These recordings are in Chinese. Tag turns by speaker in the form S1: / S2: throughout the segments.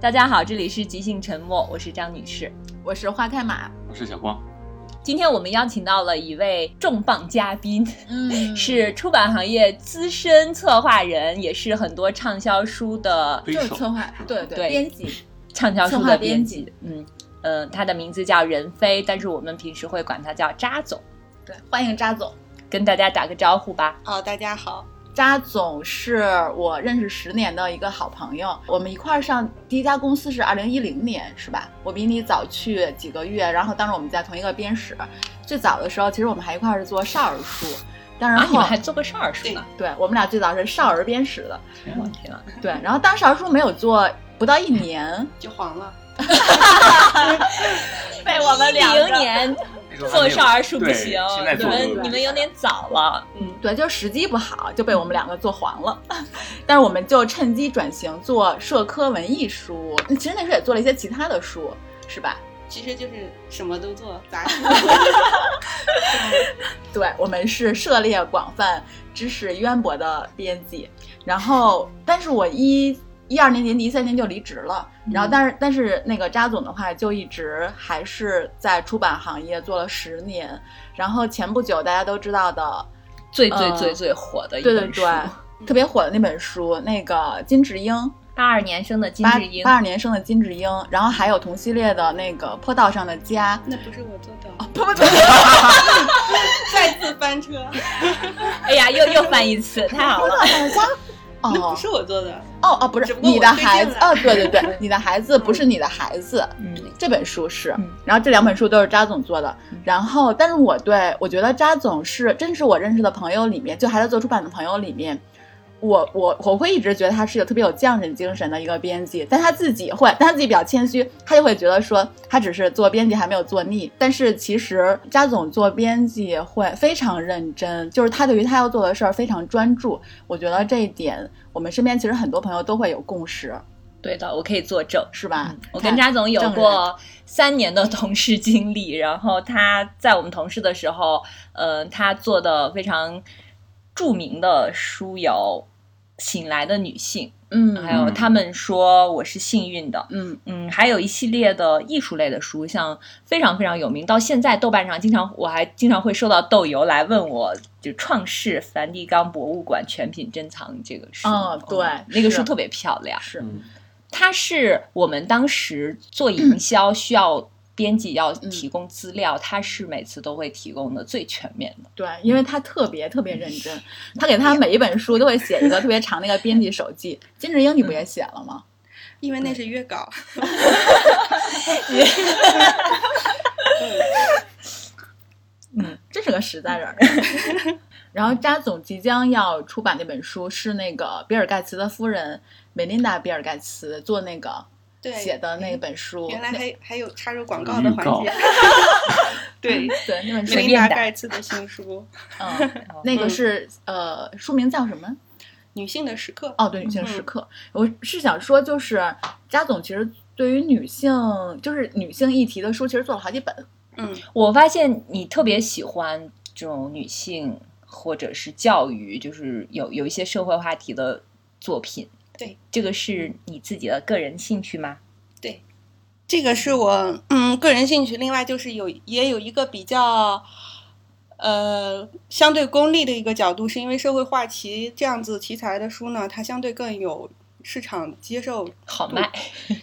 S1: 大家好，这里是即兴沉默，我是张女士。
S2: 我是花开马，
S3: 我是小光，
S1: 今天我们邀请到了一位重磅嘉宾，
S2: 嗯
S1: 是出版行业资深策划人，也是很多畅销书的
S3: 推
S2: 就是
S3: 手
S2: 策划，对
S1: 对
S2: 对，编辑，
S1: 畅销书
S2: 策
S1: 的
S2: 划
S1: 编
S2: 编
S1: 辑
S2: 辑。
S1: 嗯呃，他的名字叫任飞，但是我们平时会管他叫扎总。
S2: 对，欢迎扎总。
S1: 跟大家打个招呼吧。
S4: 哦，大家好，
S2: 扎总是我认识十年的一个好朋友，我们一块儿上第一家公司是二零一零年，是吧？我比你早去几个月，然后当时我们在同一个编室。最早的时候，其实我们还一块儿是做少儿书，当然
S1: 啊，你
S2: 后、
S1: 们还做过少儿书呢？
S2: 对我们俩最早是少儿编室的，
S1: 我天啊！
S2: 对。 然后当时少儿书没有做不到一年，
S4: 就黄了。
S2: 被我们两个
S1: 零年
S3: 那时候还
S1: 做
S3: 没有
S1: 少儿书不
S3: 对
S1: 行
S3: 现在，
S1: 你
S3: 做
S2: 不
S1: 们
S2: 了
S1: 你们有点早了。嗯，
S2: 对，就是时机不好，就被我们两个做黄了。 但是我们就趁机转型做社科文艺书，其实那时候也做了一些其他的书，是吧？
S4: 其实就是什么都做，杂事。
S2: 对，我们是涉猎广泛、知识渊博的编辑。然后，但是我一一二年年底、一三年就离职了。
S1: 嗯
S2: 然后，但是但是那个扎总的话，就一直还是在出版行业做了十年。然后前不久大家都知道的，
S1: 最最
S2: 呃
S1: 最最火的一
S2: 对对
S1: 本书
S2: 对，，特别火的那本书，那个金智英。
S1: 八二年生的金
S2: 八
S1: 智英
S2: 八，二年生的金智英，然后还有同系列的那个坡道上的家，
S4: 那不是我做的，
S2: 不不不，
S4: 再次翻车，
S2: 哦
S1: 哎呀，又又翻一次，太好
S2: 坡
S1: 了。
S2: 道上的家，
S4: 那
S2: 哦
S4: 不是我做的。
S2: 哦哦，不
S4: 只
S2: 是
S4: 不过我
S2: 你的孩子
S4: 最近了
S2: 哦，对对对，你的孩子不是你的孩子，
S1: 嗯，
S2: 这本书是
S1: 嗯，
S2: 然后这两本书都是扎总做的
S1: 嗯。
S2: 然后，但是我对我觉得扎总是，真是我认识的朋友里面，就还在做出版的朋友里面，我我我会一直觉得他是有特别有匠人精神的一个编辑，但他自己会，但他自己比较谦虚，他就会觉得说他只是做编辑还没有做腻。但是其实扎总做编辑会非常认真，就是他对于他要做的事儿非常专注。我觉得这一点，我们身边其实很多朋友都会有共识，
S1: 对的，我可以作证。
S2: 是吧？
S1: 嗯我
S2: 啊看
S1: 跟扎总有
S2: 证
S1: 过三年的同事经历，然后他在我们同事的时候，呃，他做的非常著名的书有《醒来的女性》，
S2: 嗯，
S1: 还有
S3: 嗯
S1: 他们说我是幸运的，
S2: 嗯
S1: 嗯，还有一系列的艺术类的书，像非常非常有名，到现在豆瓣上经常我还经常会收到豆油来问我，就《创世梵蒂冈博物馆全品珍藏》这个书，
S2: 哦对
S1: 嗯那个
S2: 是
S1: 书特别漂亮。
S2: 是。
S3: 嗯，
S1: 它是我们当时做营销需要编辑要
S2: 嗯
S1: 提供资料，它是每次都会提供的最全面的。
S2: 对，因为他特别特别认真，他给他每一本书都会写一个特别长的一个编辑手记。金智英你不也写了吗？
S4: 因为那是约 稿。
S2: 嗯，真是个实在人 儿。然后扎总即将要出版那本书是那个比尔盖茨的夫人梅琳达·比尔盖茨做那个
S4: 对，
S2: 写的那本书，
S4: 原来
S2: 那
S4: 还还有插入广告的 环节。对，
S2: 对那本
S4: 梅
S2: 书，
S4: 琳达哦盖茨的 新书
S2: 嗯，那个是呃书名叫什么？
S4: 《女性的时刻》
S2: 哦，对，女
S4: 嗯
S2: 性时刻，我是想说，就是扎总其实对于女性，就是女性议题的书，其实做了好几本。
S4: 嗯，
S1: 我发现你特别喜欢这种女性或者是教育，就是有有一些社会话题的作品。
S4: 对，
S1: 这个是你自己的个人兴趣吗？
S4: 这个是我嗯个人兴趣，另外就是有也有一个比较呃相对功利的一个角度，是因为社会话题这样子题材的书呢，它相对更有市场接受，
S1: 好卖，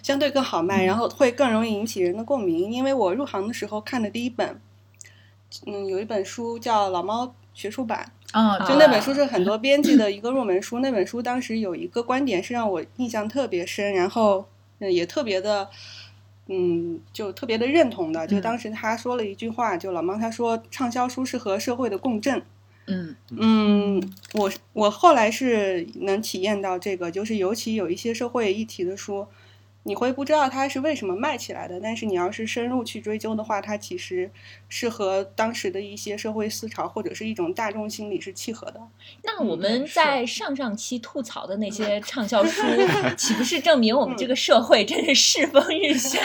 S4: 相对更好卖，然后会更容易引起人的共鸣。因为我入行的时候看的第一本，嗯，有一本书叫《老猫学术版》，
S2: 啊
S1: 啊
S4: 哦就那本书是很多编辑的一个入门书。那本书当时有一个观点是让我印象特别深，然后嗯也特别的，嗯，就特别的认同的。就当时他说了一句话，就老芒他说畅销书是和社会的共振。
S2: 嗯
S4: 嗯，我我后来是能体验到这个，就是尤其有一些社会议题的书，你会不知道它是为什么卖起来的，但是你要是深入去追究的话，它其实是和当时的一些社会思潮或者是一种大众心理是契合的。
S1: 那我
S2: 嗯
S1: 们
S2: 是
S1: 在上上期吐槽的那 些畅销书，岂不是
S4: 嗯
S1: 证明我们这个社会真是世风日下？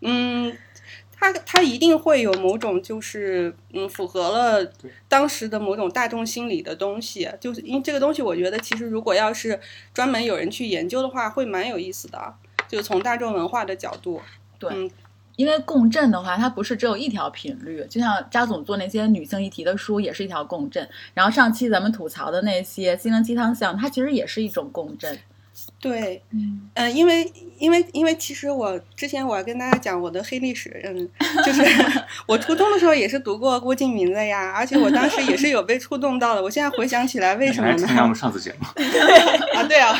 S4: 嗯，它它一定会有某种就是嗯符合了当时的某种大众心理的东西，就是因为这个东西，我觉得其实如果要是专门有人去研究的话，会蛮有意思的啊，就从大众文化的角度，
S5: 对
S4: 嗯
S5: 因为共振的话，它不是只有一条频率，就像扎总做那些女性议题的书，也是一条共振。然后上期咱们吐槽的那些心灵鸡汤项，它其实也是一种共振。
S4: 对，
S5: 嗯，
S4: 嗯，因为因为因为其实我之前我还跟大家讲我的黑历史，嗯，就是 我初中的时候也是读过郭敬明的呀，而且我当时也是有被触动到的。我现在回想起来，为什么
S3: 还是参加我
S4: 呢
S3: 们？上次节目，
S4: 啊，对啊，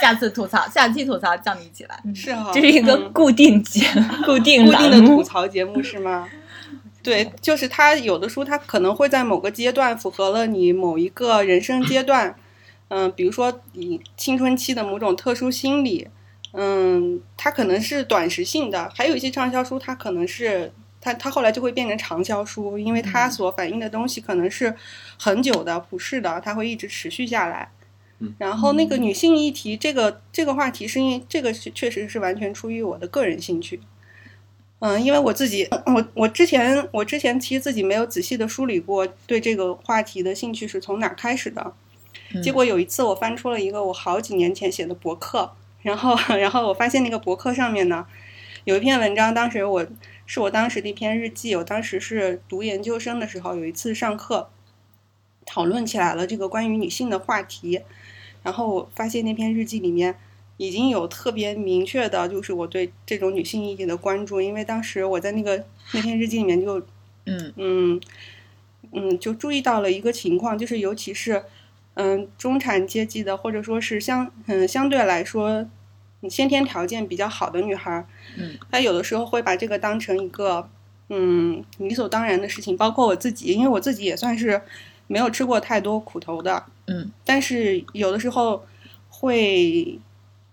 S5: 下次吐槽，下期吐槽叫你一起来。
S4: 是哈，
S1: 这是一个
S4: 嗯
S1: 固定 节、固定
S4: 固定的
S1: 栏目
S4: 吐槽节目是吗？ 对，就是他有的书，他可能会在某个阶段符合了你某一个人生阶段，嗯、比如说你青春期的某种特殊心理，嗯，它可能是短时性的；还有一些畅销书，它可能是它它后来就会变成畅销书，因为它所反映的东西可能是很久的、普世的，它会一直持续下来
S3: 嗯。
S4: 然后那个女性议题，这个这个话题是因为这个是确实是完全出于我的个人兴趣，嗯，因为我自己，我我之前我之前其实自己没有仔细的梳理过对这个话题的兴趣是从哪儿开始的。结果有一次我翻出了一个我好几年前写的博客，然后然后我发现那个博客上面呢有一篇文章，当时我是我当时的一篇日记，我当时是读研究生的时候，有一次上课讨论起来了这个关于女性的话题，然后我发现那篇日记里面已经有特别明确的，就是我对这种女性议题的关注，因为当时我在那个那篇日记里面就
S5: 嗯
S4: 嗯嗯，就注意到了一个情况，就是尤其是嗯中产阶级的，或者说是相嗯相对来说嗯先天条件比较好的女孩儿，
S5: 嗯，
S4: 她有的时候会把这个当成一个嗯理所当然的事情，包括我自己，因为我自己也算是没有吃过太多苦头的，
S5: 嗯，
S4: 但是有的时候会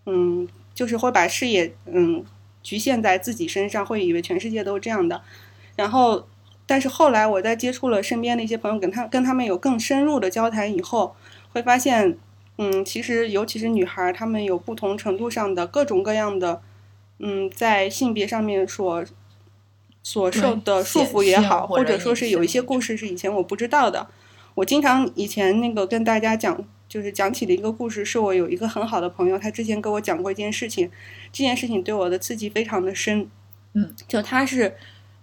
S4: 嗯就是会把视野嗯局限在自己身上，会以为全世界都是这样的。然后，但是后来我在接触了身边的一些朋友，跟他跟他们有更深入的交谈以后，会发现，嗯，其实尤其是女孩儿，她们有不同程度上的各种各样的，嗯，在性别上面所所受
S5: 对
S4: 的束
S5: 显
S4: 缚也
S5: 性
S4: 好，
S5: 或
S4: 或
S5: 者
S4: 者说是
S5: 隐
S4: 有一
S5: 性
S4: 些故事是以前我不知道的。我经常以前那个跟大家讲，就是讲起的一个故事，是我有一个很好的朋友，他之前跟我讲过一件事情，这件事情对我的刺激非常的深。
S5: 嗯，
S4: 就他是，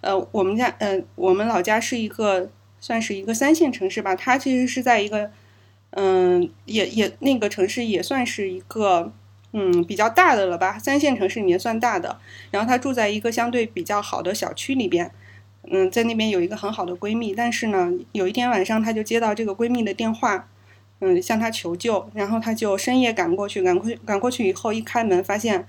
S4: 呃，我们家，呃，我们老家是一个算是一个三线城市吧，他其实是在一个，嗯、也也那个城市也算是一个，嗯，比较大的了吧，三线城市里面算大的。然后她住在一个相对比较好的小区里边，嗯，在那边有一个很好的闺蜜，但是呢，有一天晚上她就接到这个闺蜜的电话。嗯，向她求救，然后她就深夜赶过去，赶过去，赶过去以后一开门，发现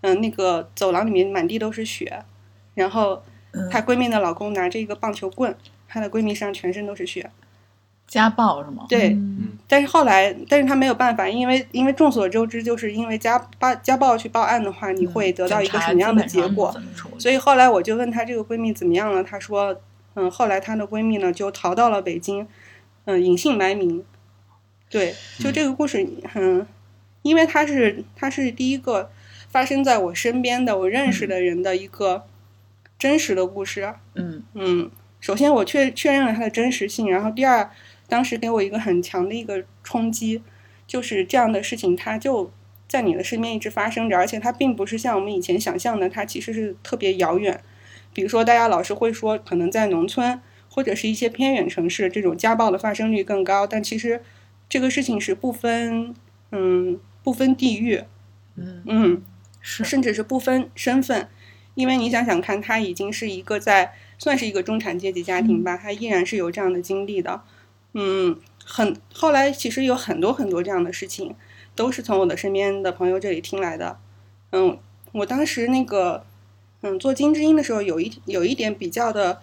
S4: 嗯，那个走廊里面满地都是血，然后她闺蜜的老公拿着一个棒球棍，她的闺蜜上全身都是血。
S5: 家暴是吗？
S4: 对，
S1: 嗯
S4: 但是后来，但是她没有办法，因为因为众所周知，就是因为家暴家暴去报案的话，
S2: 嗯
S4: 你会得到一个什么样的结果？所以后来我就问她这个闺蜜怎么样了，她说，嗯，后来她的闺蜜呢就逃到了北京，嗯，隐姓埋名。对，就这个故事，嗯，因为她是她是第一个发生在我身边的我认识的人的一个真实的故事。啊
S5: 嗯
S4: 嗯，首先我确确认了它的真实性，然后第二，当时给我一个很强的一个冲击，就是这样的事情它就在你的身边一直发生着，而且它并不是像我们以前想象的，它其实是特别遥远。比如说，大家老是会说，可能在农村或者是一些偏远城市，这种家暴的发生率更高，但其实这个事情是不分，嗯，不分地域，
S5: 嗯
S4: 嗯。
S5: 是
S4: 甚至是不分身份，因为你想想看，他已经是一个在算是一个中产阶级家庭吧，他依然是有这样的经历的。嗯，很后来其实有很多很多这样的事情，都是从我的身边的朋友这里听来的。嗯，我当时那个嗯做金枝音的时候，有一有一点比较的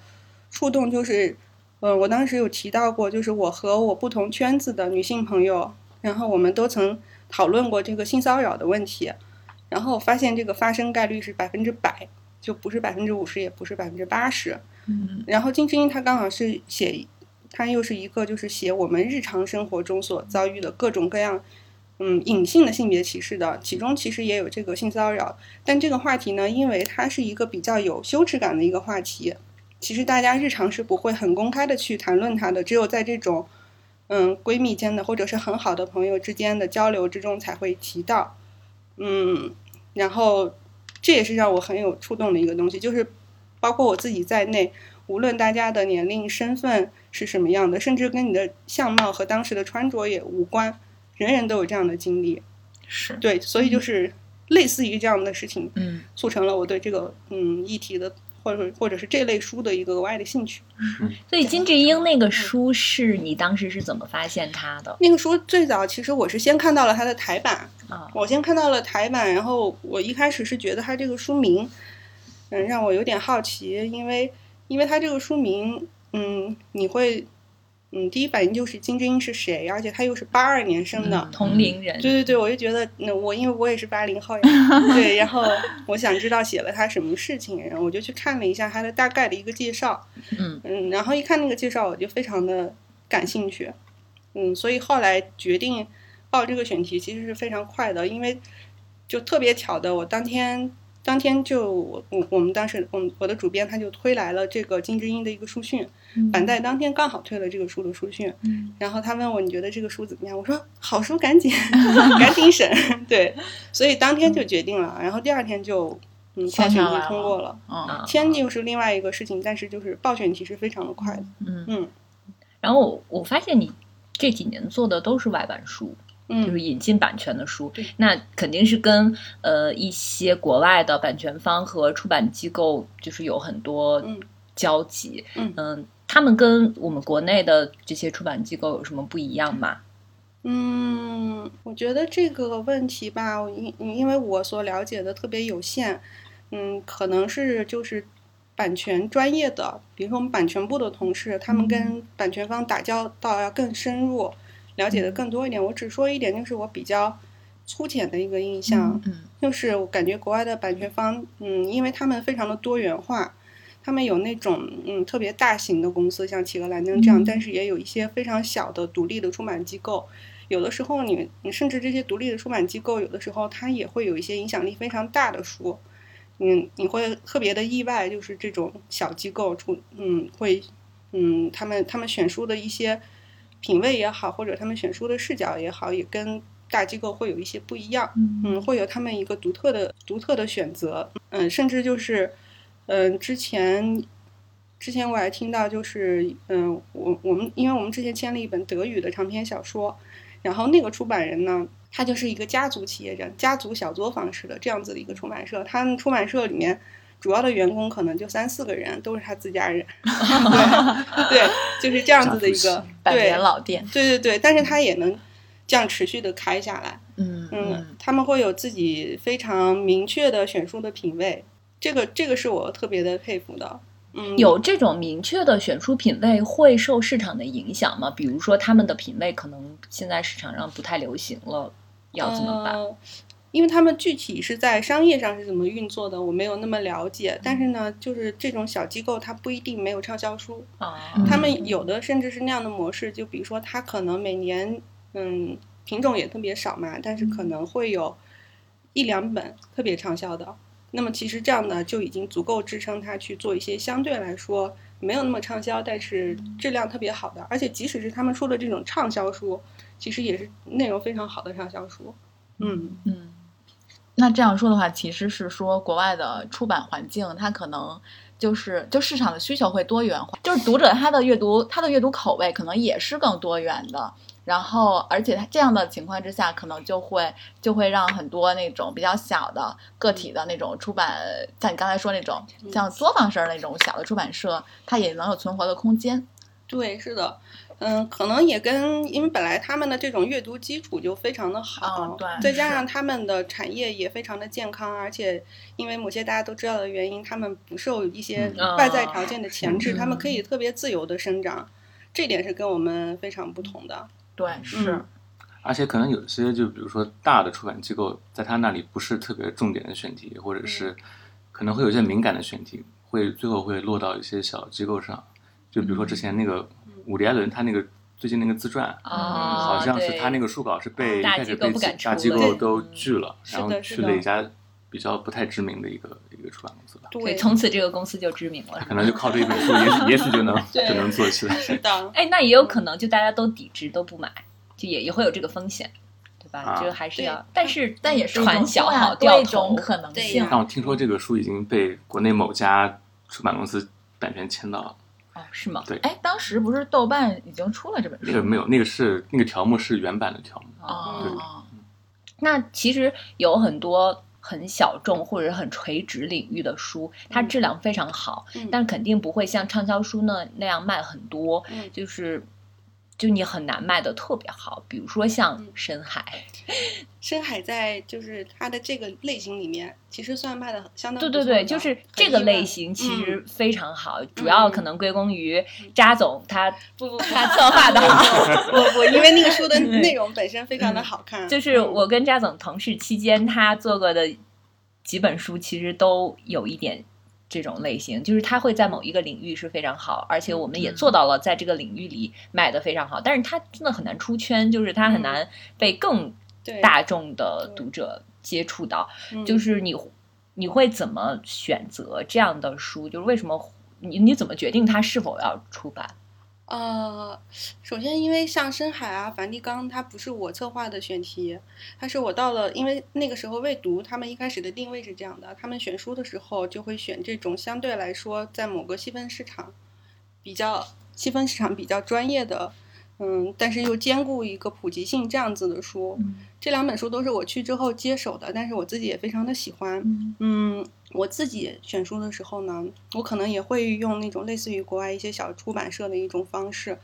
S4: 触动，就是呃我当时有提到过，就是我和我不同圈子的女性朋友，然后我们都曾讨论过这个性骚扰的问题。然后发现这个发生概率是百分之百，就不是百分之五十，也不是百分之八十。
S5: 嗯
S4: 然后金智英她刚好是写，她又是一个就是写我们日常生活中所遭遇的各种各样，嗯隐性的性别歧视的，其中其实也有这个性骚扰。但这个话题呢，因为它是一个比较有羞耻感的一个话题，其实大家日常是不会很公开的去谈论它的，只有在这种嗯闺蜜间的或者是很好的朋友之间的交流之中才会提到。嗯，然后这也是让我很有触动的一个东西，就是包括我自己在内，无论大家的年龄、身份是什么样的，甚至跟你的相貌和当时的穿着也无关，人人都有这样的经历。
S1: 是
S4: 对，所以就是类似于这样的事情，
S1: 嗯，
S4: 促成了我对这个嗯议题的，或者或者是这类书的一个额外的兴趣。
S1: 所以金智英那
S4: 嗯
S1: 个书是你当时是怎么发现它的
S4: 那个书最早其实我是先看到了它的台版，
S1: 啊？
S4: 我先看到了台版，然后我一开始是觉得它这个书名，嗯，让我有点好奇，因为因为它这个书名，嗯，你会，嗯，第一反应就是金智英是谁，而且她又是八二年生的，
S1: 同龄人，
S4: 对对对，嗯我就觉得，那我因为我也是八零后呀，对，然后我想知道写了她什么事情，然后我就去看了一下她的大概的一个介绍，
S1: 嗯
S4: 嗯，然后一看那个介绍，我就非常的感兴趣，嗯，所以后来决定报这个选题其实是非常快的，因为就特别巧的，我当天当天就我我我们当时我们我的主编他就推来了这个金智英的一个书讯，板带当天刚好推了这个书的书讯，
S1: 嗯
S4: 然后他问我你觉得这个书怎么样？我说好书赶紧 赶 紧审，对，所以当天就决定了，然后第二天就嗯报
S5: 签
S4: 选
S5: 上
S4: 题
S5: 来
S4: 通
S5: 了
S4: 过了。
S5: 嗯，
S1: 啊
S4: 签就是另外一个事情，但是就是报选题是非常的快的。
S1: 嗯
S4: 嗯
S1: 然后我我发现你这几年做的都是外版书，就
S4: 嗯
S1: 是引进版权的书
S4: 对，
S1: 那肯定是跟呃一些国外的版权方和出版机构就是有很多
S4: 嗯
S1: 交集。
S4: 嗯
S1: 他们跟我们国内的这些出版机构有什么不一样吗？
S4: 嗯，我觉得这个问题吧，我因因为我所了解的特别有限，嗯，可能是就是版权专业的，比如说我们版权部的同事，他们跟版权方打交道要更深入，了解的更多一点。我只说一点，就是我比较粗浅的一个印象，
S1: 嗯
S4: 就是我感觉国外的版权方，嗯，因为他们非常的多元化，他们有那种嗯特别大型的公司，像企鹅兰登这样，
S1: 嗯
S4: 但是也有一些非常小的独立的出版机构。有的时候你，你甚至这些独立的出版机构，有的时候它也会有一些影响力非常大的书，嗯，你会特别的意外，就是这种小机构出，嗯，会，嗯，他们他们选书的一些品味也好，或者他们选书的视角也好，也跟大机构会有一些不一样。
S1: 嗯
S4: 嗯，会有他们一个独特的、独特的选择。嗯，甚至就是，嗯，之前之前我还听到，就是嗯，我我们因为我们之前签了一本德语的长篇小说，然后那个出版人呢，他就是一个家族企业人，家族小作坊式的这样子的一个出版社，他们出版社里面。主要的员工可能就三四个人，都是他自家人， 对，对，就是这样子的一
S5: 家族
S4: 个
S5: 百
S4: 对
S5: 年老店，
S4: 对对对，但是他也能这样持续的开下来，
S1: 嗯
S4: 嗯，他们会有自己非常明确的选书的品味，这个这个是我特别的佩服的。嗯，
S1: 有这种明确的选书品味会受市场的影响吗？比如说他们的品味可能现在市场上不太流行了，要怎么办？
S4: 呃因为他们具体是在商业上是怎么运作的，我没有那么了解。
S1: 嗯
S4: 但是呢，就是这种小机构，它不一定没有畅销书，
S1: 啊、
S4: 他
S1: 嗯
S4: 们有的甚至是那样的模式，就比如说它可能每年，嗯，品种也特别少嘛，但是可能会有一两本特别畅销的。那么其实这样呢，就已经足够支撑它去做一些相对来说没有那么畅销，但是质量特别好的。而且即使是他们出的这种畅销书，其实也是内容非常好的畅销书。嗯，
S1: 嗯
S5: 那这样说的话，其实是说国外的出版环境，它可能就是就市场的需求会多元化，就是读者他的阅读他的阅读口味可能也是更多元的。然后，而且他这样的情况之下，可能就会就会让很多那种比较小的个体的那种出版，像你刚才说那种
S4: 嗯
S5: 像作坊式儿那种小的出版社，它也能有存活的空间。
S4: 对，是的。嗯，可能也跟因为本来他们的这种阅读基础就非常的好，
S1: 哦
S5: 嗯对
S4: 再加
S5: 是
S4: 上他们的产业也非常的健康，而且因为某些大家都知道的原因，他们不受一些
S1: 嗯
S4: 外在
S5: 啊
S4: 条件的钳制，他们可以特别自由的生长，这点是跟我们非常不同的。
S5: 对，
S4: 嗯
S3: 而且可能有些就比如说大的出版机构，在他那里不是特别重点的选题，或者是可能会有一些敏感的选题，会最后会落到一些小机构上。就比如说之前那个伍迪·艾伦，他那个最近那个自传，嗯
S1: 啊，
S3: 好像是他那
S1: 个
S3: 个书稿是被一
S1: 大
S3: 开
S1: 机
S3: 始
S1: 构
S3: 被
S1: 不敢
S3: 大
S1: 出
S3: 机
S1: 了
S3: 构
S4: 对
S3: 都
S1: 嗯
S3: 拒了，
S4: 是
S3: 然后
S4: 的是
S3: 去了
S4: 的
S3: 一家比较不太知名的一个一个出版公司吧，
S1: 对，
S4: 对，
S1: 从此这个公司就知名了
S3: 他。可能就靠这一本书，也许也许就能
S4: 对
S3: 就能做起 来。
S4: 是的，
S1: 哎，那也有可能就大家都抵制都不买，就也也会有这个风险，对吧？
S3: 啊
S1: 就还是
S4: 对
S1: 要，但是
S2: 但也是一种
S1: 传销
S2: 对啊
S1: 好
S2: 多
S1: 掉
S2: 一
S1: 头，
S2: 种
S1: 嗯
S2: 可能
S4: 对
S2: 性
S4: 呀。
S3: 但我听说这个书已经被国内某家出版公司版权签到了，
S1: 哦，是吗？
S2: 哎，当时不是豆瓣已经出了这本
S3: 是
S2: 书
S3: 没有那个是那个条目是原版的条目，
S1: 哦，
S2: 哦，
S1: 那其实有很多很小众或者很垂直领域的书，它质量非常好，
S4: 嗯
S1: 但肯定不会像畅销书那那样卖很多，
S4: 嗯
S1: 就是。就你很难卖的特别好，比如说像
S4: 嗯
S1: 深海，
S4: 深海在就是它的这个类型里面，其实算卖的相当
S1: 对
S4: 不错
S1: 对
S4: 的
S1: 对，就是这个类。型其实非常好，主要可能归功于扎总他
S4: 不不不，
S1: 他策划 的好，
S4: 不不，因为那个书的内容本身非常的好看，
S1: 嗯就是我跟扎总同事期间，他做过的几本书，其实都有一点这种类型，就是他会在某一个领域是非常好，而且我们也
S4: 嗯
S1: 做到了在这个领域里卖的非常好，但是他真的很难出圈，就是他很难被更
S4: 嗯对
S1: 大众的读者接触到，
S4: 嗯
S1: 就是你你会怎么选择这样的书？就是为什么你你怎么决定它是否要出版？
S4: 呃，首先因为像深海啊、梵蒂冈，它不是我策划的选题，它是我到了，因为那个时候未读他们一开始的定位是这样的，他们选书的时候就会选这种相对来说在某个细分市场比较细分市场比较专业的，嗯，但是又兼顾一个普及性这样子的书。
S1: 嗯
S4: 这两本书都是我去之后接手的，但是我自己也非常的喜欢。
S2: 嗯
S4: 嗯，我自己选书的时候呢，我可能也会用那种类似于国外一些小出版社的一种方式，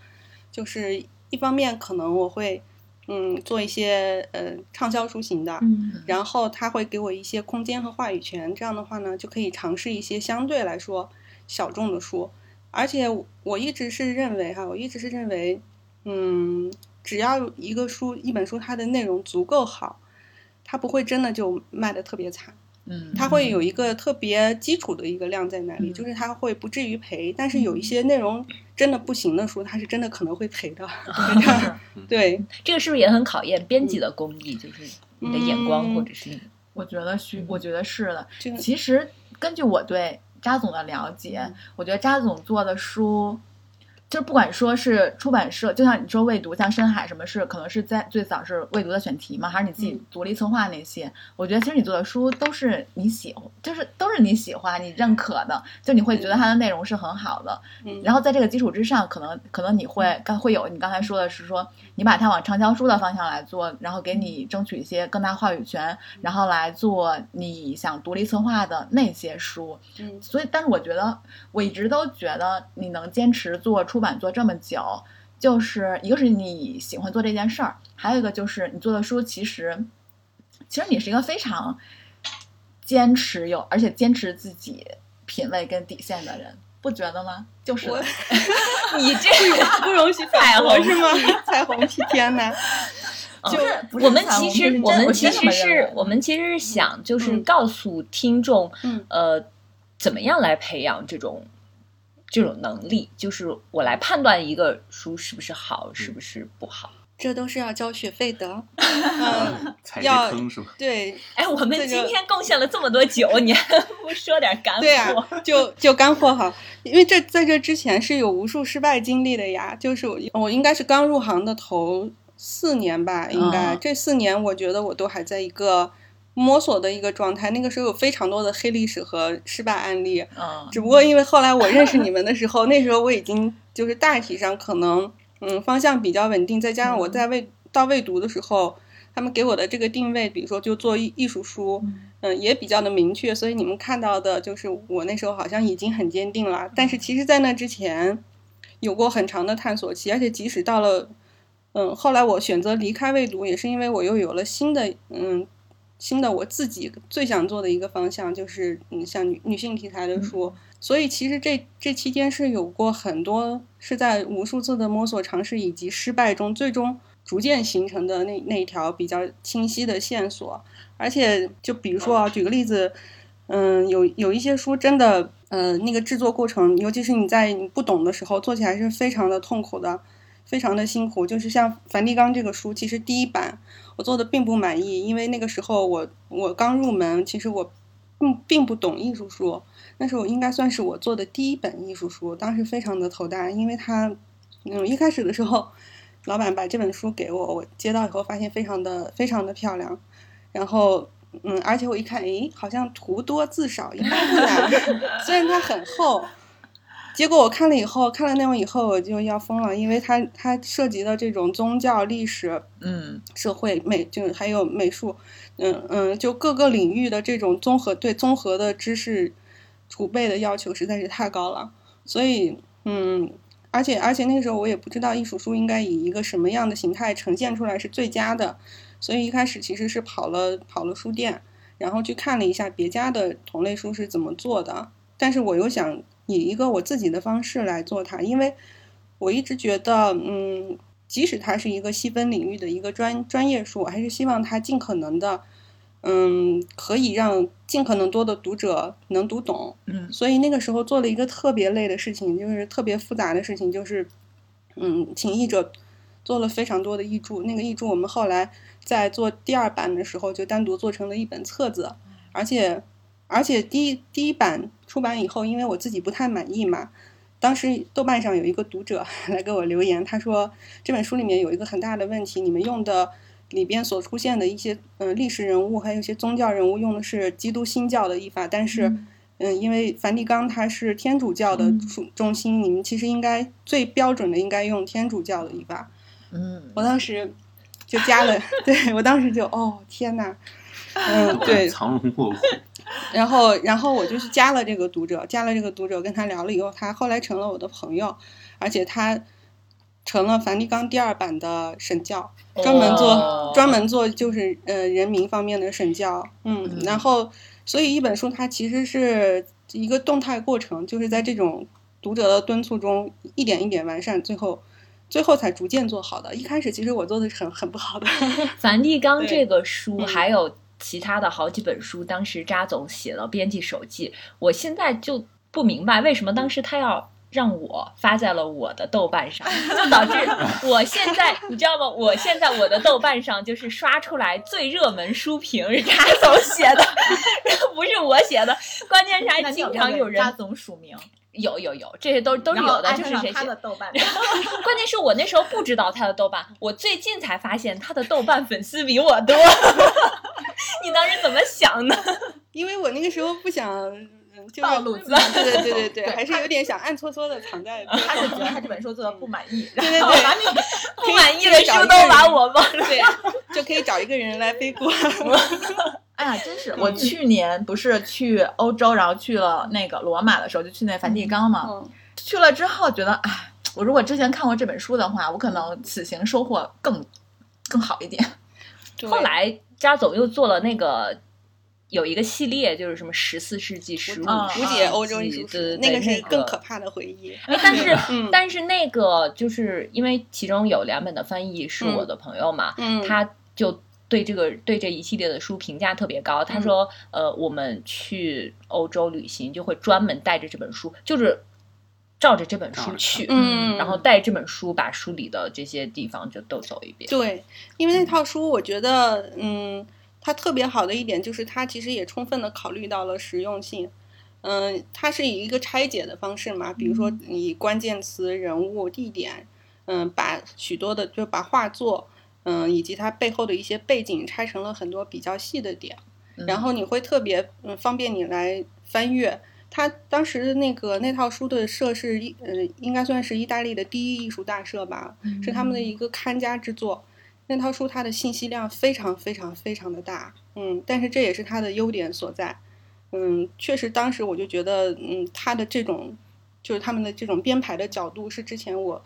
S4: 就是一方面可能我会嗯做一些呃畅销书型的，
S1: 嗯
S4: 然后他会给我一些空间和话语权，这样的话呢，就可以尝试一些相对来说小众的书。而且我我一直是认为哈，我一直是认为，嗯，只要一个书一本书它的内容足够好，它不会真的就卖的特别惨。
S2: 嗯，
S4: 它会有一个特别基础的一个量在那里，
S2: 嗯
S4: 就是它会不至于赔，但是有一些内容真的不行的书，它是真的可能会赔 的。就是它对，
S1: 这个是不是也很考验编辑的功力？就是你的眼光，
S4: 嗯
S1: 或者是你
S2: 我觉得需，我觉得是的。
S4: 这个
S2: 嗯其实根据我对扎总的了解，
S4: 嗯
S2: 我觉得扎总做的书，就是不管说是出版社，就像你说未读，像深海什么是，可能是在最早是未读的选题嘛，还是你自己
S4: 嗯
S2: 独立策划那些？我觉得其实你做的书都是你喜欢，就是都是你喜欢、你认可的，就你会觉得它的内容是很好的。
S4: 嗯，
S2: 然后在这个基础之上，可能可能你会刚会有你刚才说的是说，你把它往畅销书的方向来做，然后给你争取一些更大话语权，然后来做你想独立策划的那些书。
S4: 嗯
S2: 所以，但是我觉得我一直都觉得你能坚持做出版做这么久，就是一个是你喜欢做这件事儿，还有一个就是你做的书其实其实你是一个非常坚持有而且坚持自己品味跟底线的人。不觉得吗？就是嗯的
S4: 我
S1: 你这个
S4: 不容许
S1: 彩
S4: 反
S1: 虹
S4: 驳是 吗？彩虹屁天呐！
S1: 就
S2: 不是不是
S1: 我们
S2: 彩
S1: 其
S2: 虹
S1: 实
S2: 是
S1: 我
S2: 真
S1: 们
S2: 我
S1: 其
S2: 真的
S1: 实
S2: 没认
S1: 是
S2: 为
S1: 我们其实是想就是
S4: 嗯
S1: 告诉听众，
S4: 嗯
S1: 呃，怎么样来培养这种这种能力，就是我来判断一个书是不是好，
S4: 嗯
S1: 是不是不好。
S4: 这都是要交学费的。 嗯，
S3: 踩
S4: 要
S3: 一坑是吧？
S4: 对
S1: 哎，我们
S4: 这个
S1: 今天贡献了这么多酒，你还不说点干货？
S4: 对啊，就就干货哈，因为这在这之前是有无数失败经历的呀。就是我我应该是刚入行的头四年吧，应该、
S2: 嗯
S4: 这四年我觉得我都还在一个摸索的一个状态。那个时候有非常多的黑历史和失败案例，
S2: 嗯，
S4: 只不过因为后来我认识你们的时候，那时候我已经就是大体上可能嗯方向比较稳定，再加上我在未、到未读的时候，他们给我的这个定位，比如说就做艺艺术书，嗯、也比较的明确，所以你们看到的就是我那时候好像已经很坚定了，但是其实在那之前有过很长的探索期，而且即使到了。嗯，后来我选择离开未读，也是因为我又有了新的嗯新的我自己最想做的一个方向，就是嗯像女女性题材的书。所以其实这这期间是有过很多是在无数次的摸索、尝试以及失败中，最终逐渐形成的那那一条比较清晰的线索。而且就比如说啊，举个例子，嗯，有有一些书真的，呃，那个制作过程，尤其是你在你不懂的时候，做起来是非常的痛苦的。非常的辛苦。就是像梵蒂冈这个书，其实第一版我做的并不满意，因为那个时候我我刚入门，其实我并并不懂艺术书，那是我应该算是我做的第一本艺术书，当时非常的头大，因为它嗯一开始的时候，老板把这本书给我，我接到以后发现非常的非常的漂亮，然后。嗯，而且我一看，诶，好像图多字少，应该不难。虽然它很厚，结果我看了以后，看了内容以后，我就要疯了，因为它它涉及的这种宗教、历史、
S2: 嗯，
S4: 社会、美，就还有美术，嗯嗯，就各个领域的这种综合对综合的知识储备的要求实在是太高了。所以，嗯，而且而且那时候我也不知道艺术书应该以一个什么样的形态呈现出来是最佳的。所以一开始其实是跑了跑了书店，然后去看了一下别家的同类书是怎么做的，但是我又想以一个我自己的方式来做它，因为我一直觉得，嗯，即使它是一个细分领域的一个专专业书，我还是希望它尽可能的，嗯，可以让尽可能多的读者能读懂。
S2: 嗯，
S4: 所以那个时候做了一个特别累的事情，就是特别复杂的事情，就是，嗯，请译者。做了非常多的译著，那个译著我们后来在做第二版的时候就单独做成了一本册子，而且而且第一第一版出版以后，因为我自己不太满意嘛，当时豆瓣上有一个读者 来给我留言，他说这本书里面有一个很大的问题，你们用的里边所出现的一些嗯、呃历史人物，还有一些宗教人物用的是基督新教的译法，但是。
S2: 嗯
S4: 嗯，因为梵蒂冈它是天主教的
S2: 嗯
S4: 中中心，你们其实应该最标准的应该用天主教的译法。
S2: 嗯，
S4: 我当时 就加了， 对我当时就哦天 呐，嗯 对，
S3: 藏龙卧虎，
S4: 然后然后我就是加了这个读者，加了这个读者，跟他聊了以后，他后来成了我的朋友，而且他成了梵蒂冈第二版的审教，专门做、
S2: 哦
S4: 专门做就是呃人民方面的审教，嗯，
S2: 嗯
S4: 然后所以一本书它其实是一个动态过程，就是在这种读者的敦促中一点一点完善，最后。最后才逐渐做好的，一开始其实我做的是很很不好的，
S1: 梵蒂冈
S4: 对
S1: 这个书
S4: 嗯
S1: 还有其他的好几本书，当时扎总写了编辑手记，我现在就不明白为什么当时他要。让我发在了我的豆瓣上，就导致我现在，你知道吗？我现在我的豆瓣上就是刷出来最热门书评是扎总写的，不是我写的。关键是还
S2: 那你
S1: 经
S2: 有
S1: 常
S2: 没
S1: 有人
S2: 扎总署名，
S1: 有有有，这些都都是
S2: 然后
S1: 有的，
S2: 按
S1: 就是
S2: 上
S1: 谁
S2: 他
S1: 写
S2: 的豆 瓣，
S1: 关键是我那时候不知道他的豆瓣，我最近才发现他的豆瓣粉丝比我多。 你当时怎么想的？
S4: 因为我那个时候不想嗯就是
S2: 暴露自己
S4: 对对对对对，
S2: 对
S4: 还是有点想暗搓搓的藏在。
S2: 他是觉得他这本书做的不满意，
S4: 嗯对对
S2: 然后把你
S1: 不满意的书都把我忘了。
S4: 对，就可以找一个人来背锅。
S2: 哎呀，真
S4: 嗯
S2: 是！我去年不是去欧洲，然后去了那个罗马的时候，就去那梵蒂冈嘛。
S4: 嗯
S2: 去了之后觉得，哎，我如果之前看过这本书的话，我可能此行收获更更好一点。
S4: 对
S1: 后来扎总又做了那个。有一个系列就是什么十四世纪、十五
S2: 啊
S1: 世
S4: 无
S1: 纪，
S4: 解欧洲艺
S1: 对
S4: 术
S1: 对对
S4: 史，那个是更可
S1: 个
S4: 怕的回忆。
S1: 哎 但是
S4: 嗯
S1: 但是那个就是因为其中有两本的翻译是我的朋友嘛，
S4: 嗯，
S1: 他就对这个对这一系列的书评价特别高。他说，呃，我们去欧洲旅行就会专门带着这本书，就是照着这本
S3: 照
S1: 书
S3: 着
S1: 去，
S4: 嗯，
S1: 然后带这本书把书里的这些地方就都走一遍。
S4: 对，因为那套书我觉得，嗯，它特别好的一点就是它其实也充分的考虑到了实用性。嗯，它是以一个拆解的方式嘛，比如说以关键词、人物、地点，嗯，把许多的就把画作，嗯，以及它背后的一些背景拆成了很多比较细的点，然后你会特别嗯方便你来翻阅。它当时的那个那套书的社是一，呃，应该算是意大利的第一艺术大社吧，嗯是他们的一个看家之作。那套书它的信息量非常非常非常的大，嗯，但是这也是它的优点所在。嗯，确实当时我就觉得，嗯，它的这种就是他们的这种编排的角度是之前我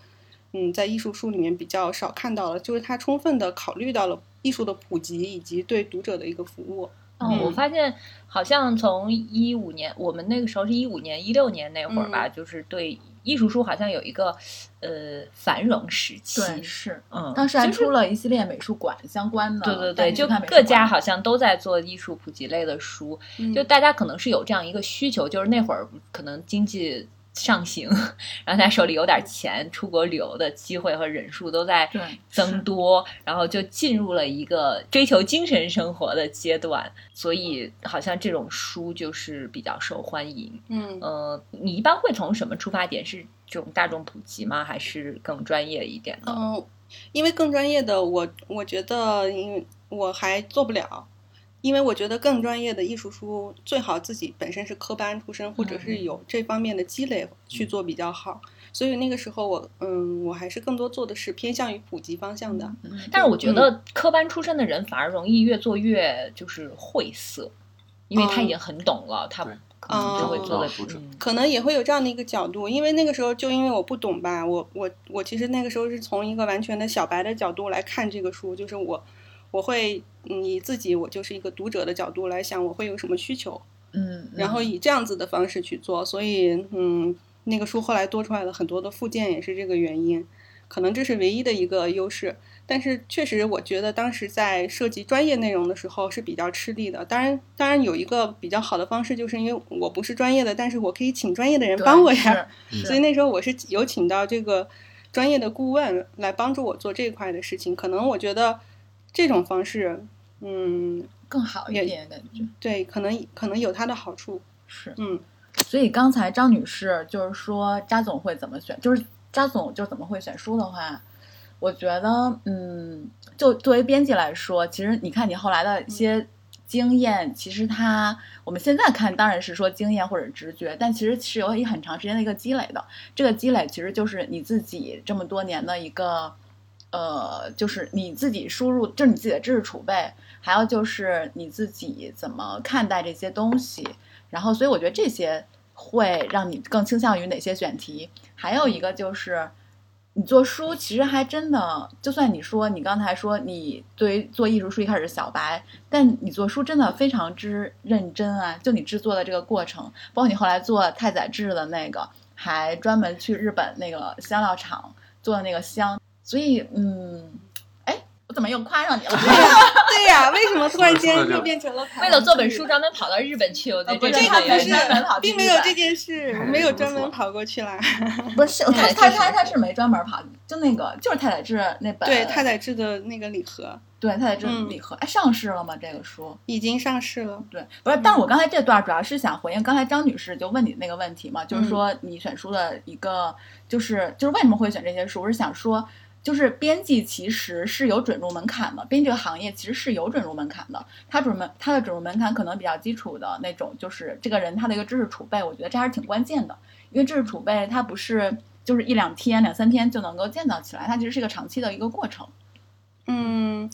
S4: 嗯在艺术书里面比较少看到的，就是它充分的考虑到了艺术的普及以及对读者的一个服务。
S1: 哦，我
S4: 嗯
S1: 发现好像从一五年，我们那个时候是一五年、一六年那会儿吧，就是对艺术书好像有一个呃繁荣时期。
S2: 对是，
S1: 嗯，
S2: 当时还
S1: 就是
S2: 出了一系列美术馆相关的，
S1: 对对
S2: 带
S1: 对，
S2: 你去
S1: 就
S2: 看美术
S1: 各
S2: 馆
S1: 家好像都在做艺术
S4: 嗯
S1: 普及类的书，就大家可能是有这样一个需求，就是那会儿可能经济上行，然后他手里有点钱，出国旅游的机会和人数都在
S2: 对
S1: 增多，然后就进入了一个追求精神生活的阶段，所以好像这种书就是比较受欢迎。
S4: 嗯，
S1: 呃，你一般会从什么出发点？是这种大众普及吗？还是更专业一点的？
S4: 嗯，因为更专业的我，我觉得因为我还做不了，因为我觉得更专业的艺术书最好自己本身是科班出身，或者是有这方面的积累去做比较好。所以那个时候我，嗯，我还是更多做的是偏向于普及方向的。
S2: 嗯
S1: 但是我觉得科班出身的人反而容易越做越就是晦涩，因为他已经很懂了，他
S3: 对
S1: 可能就会做嗯
S3: 哦
S1: 的
S3: 读者
S4: 可能也会有这样的一个角度，因为那个时候就因为我不懂吧，我我我其实那个时候是从一个完全的小白的角度来看这个书，就是我我会嗯以自己我就是一个读者的角度来想我会有什么需求，
S2: 嗯，
S4: 然后以这样子的方式去做，所以嗯那个书后来多出来了很多的附件也是这个原因，可能这是唯一的一个优势。但是确实，我觉得当时在涉及专业内容的时候是比较吃力的。当然，当然有一个比较好的方式，就是因为我不是专业的，但是我可以请专业的人
S2: 对
S4: 帮我呀。
S2: 是
S3: 嗯
S4: 所以那时候我是有请到这个专业的顾问来帮助我做这一块的事情。可能我觉得这种方式，嗯，
S2: 更好一
S4: 也
S2: 点感觉
S4: 对，可能可能有它的好处。
S2: 是。
S4: 嗯
S2: 所以刚才张女士就是说，扎总会怎么选？就是扎总就是怎么会选书的话，我觉得，嗯，就作为编辑来说，其实你看你后来的一些经验，其实它我们现在看当然是说经验或者直觉，但其实是有一很长时间的一个积累的。这个积累其实就是你自己这么多年的一个。呃，就是你自己输入，就是你自己的知识储备，还有就是你自己怎么看待这些东西，然后，所以我觉得这些会让你更倾向于哪些选题？还有一个就是，你做书其实还真的，就算你说你刚才说你对于做艺术书一开始是小白，但你做书真的非常之认真啊！就你制作的这个过程，包括你后来做太宰治的那个，还专门去日本那个香料厂做的那个香，所以嗯，哎，我怎么又夸上你了？
S4: 对呀、为什么突然
S3: 说
S4: 间
S3: 到这
S4: 又变成了凯文
S1: 为了做本书，
S4: 自己？
S1: 专门跑到日本去，我在
S2: 不
S1: 这
S2: 是
S1: 里
S4: 这个
S2: 他
S4: 嗯哦不
S2: 本
S4: 是
S2: 身专门跑去
S4: 并
S2: 日
S4: 没有
S2: 本
S4: 这件事，
S3: 还
S4: 我
S3: 是
S4: 没有
S3: 什么
S4: 专
S3: 错
S4: 门跑过去啦。
S2: 不是他
S1: 对
S2: 他
S1: 确实
S2: 他他是没专门跑，就那个就是太宰治那本，
S4: 对，太宰治的那个礼盒
S2: 对太宰治
S4: 嗯
S2: 礼盒，哎、上市了吗？这个书
S4: 已经上市了。
S2: 对，不是，但是我刚才这段主要是想回应刚才张女士就问你那个问题嘛，就是说你选书的一个就是就是为什么会选这些书，我是想说。就是编辑其实是有准入门槛的，编辑这个行业其实是有准入门槛的。它准门它的准入门槛可能比较基础的那种，就是这个人他的一个知识储备，我觉得这还是挺关键的。因为知识储备它不是就是一两天、两三天就能够建造起来，它其实是一个长期的一个过程。
S4: 嗯，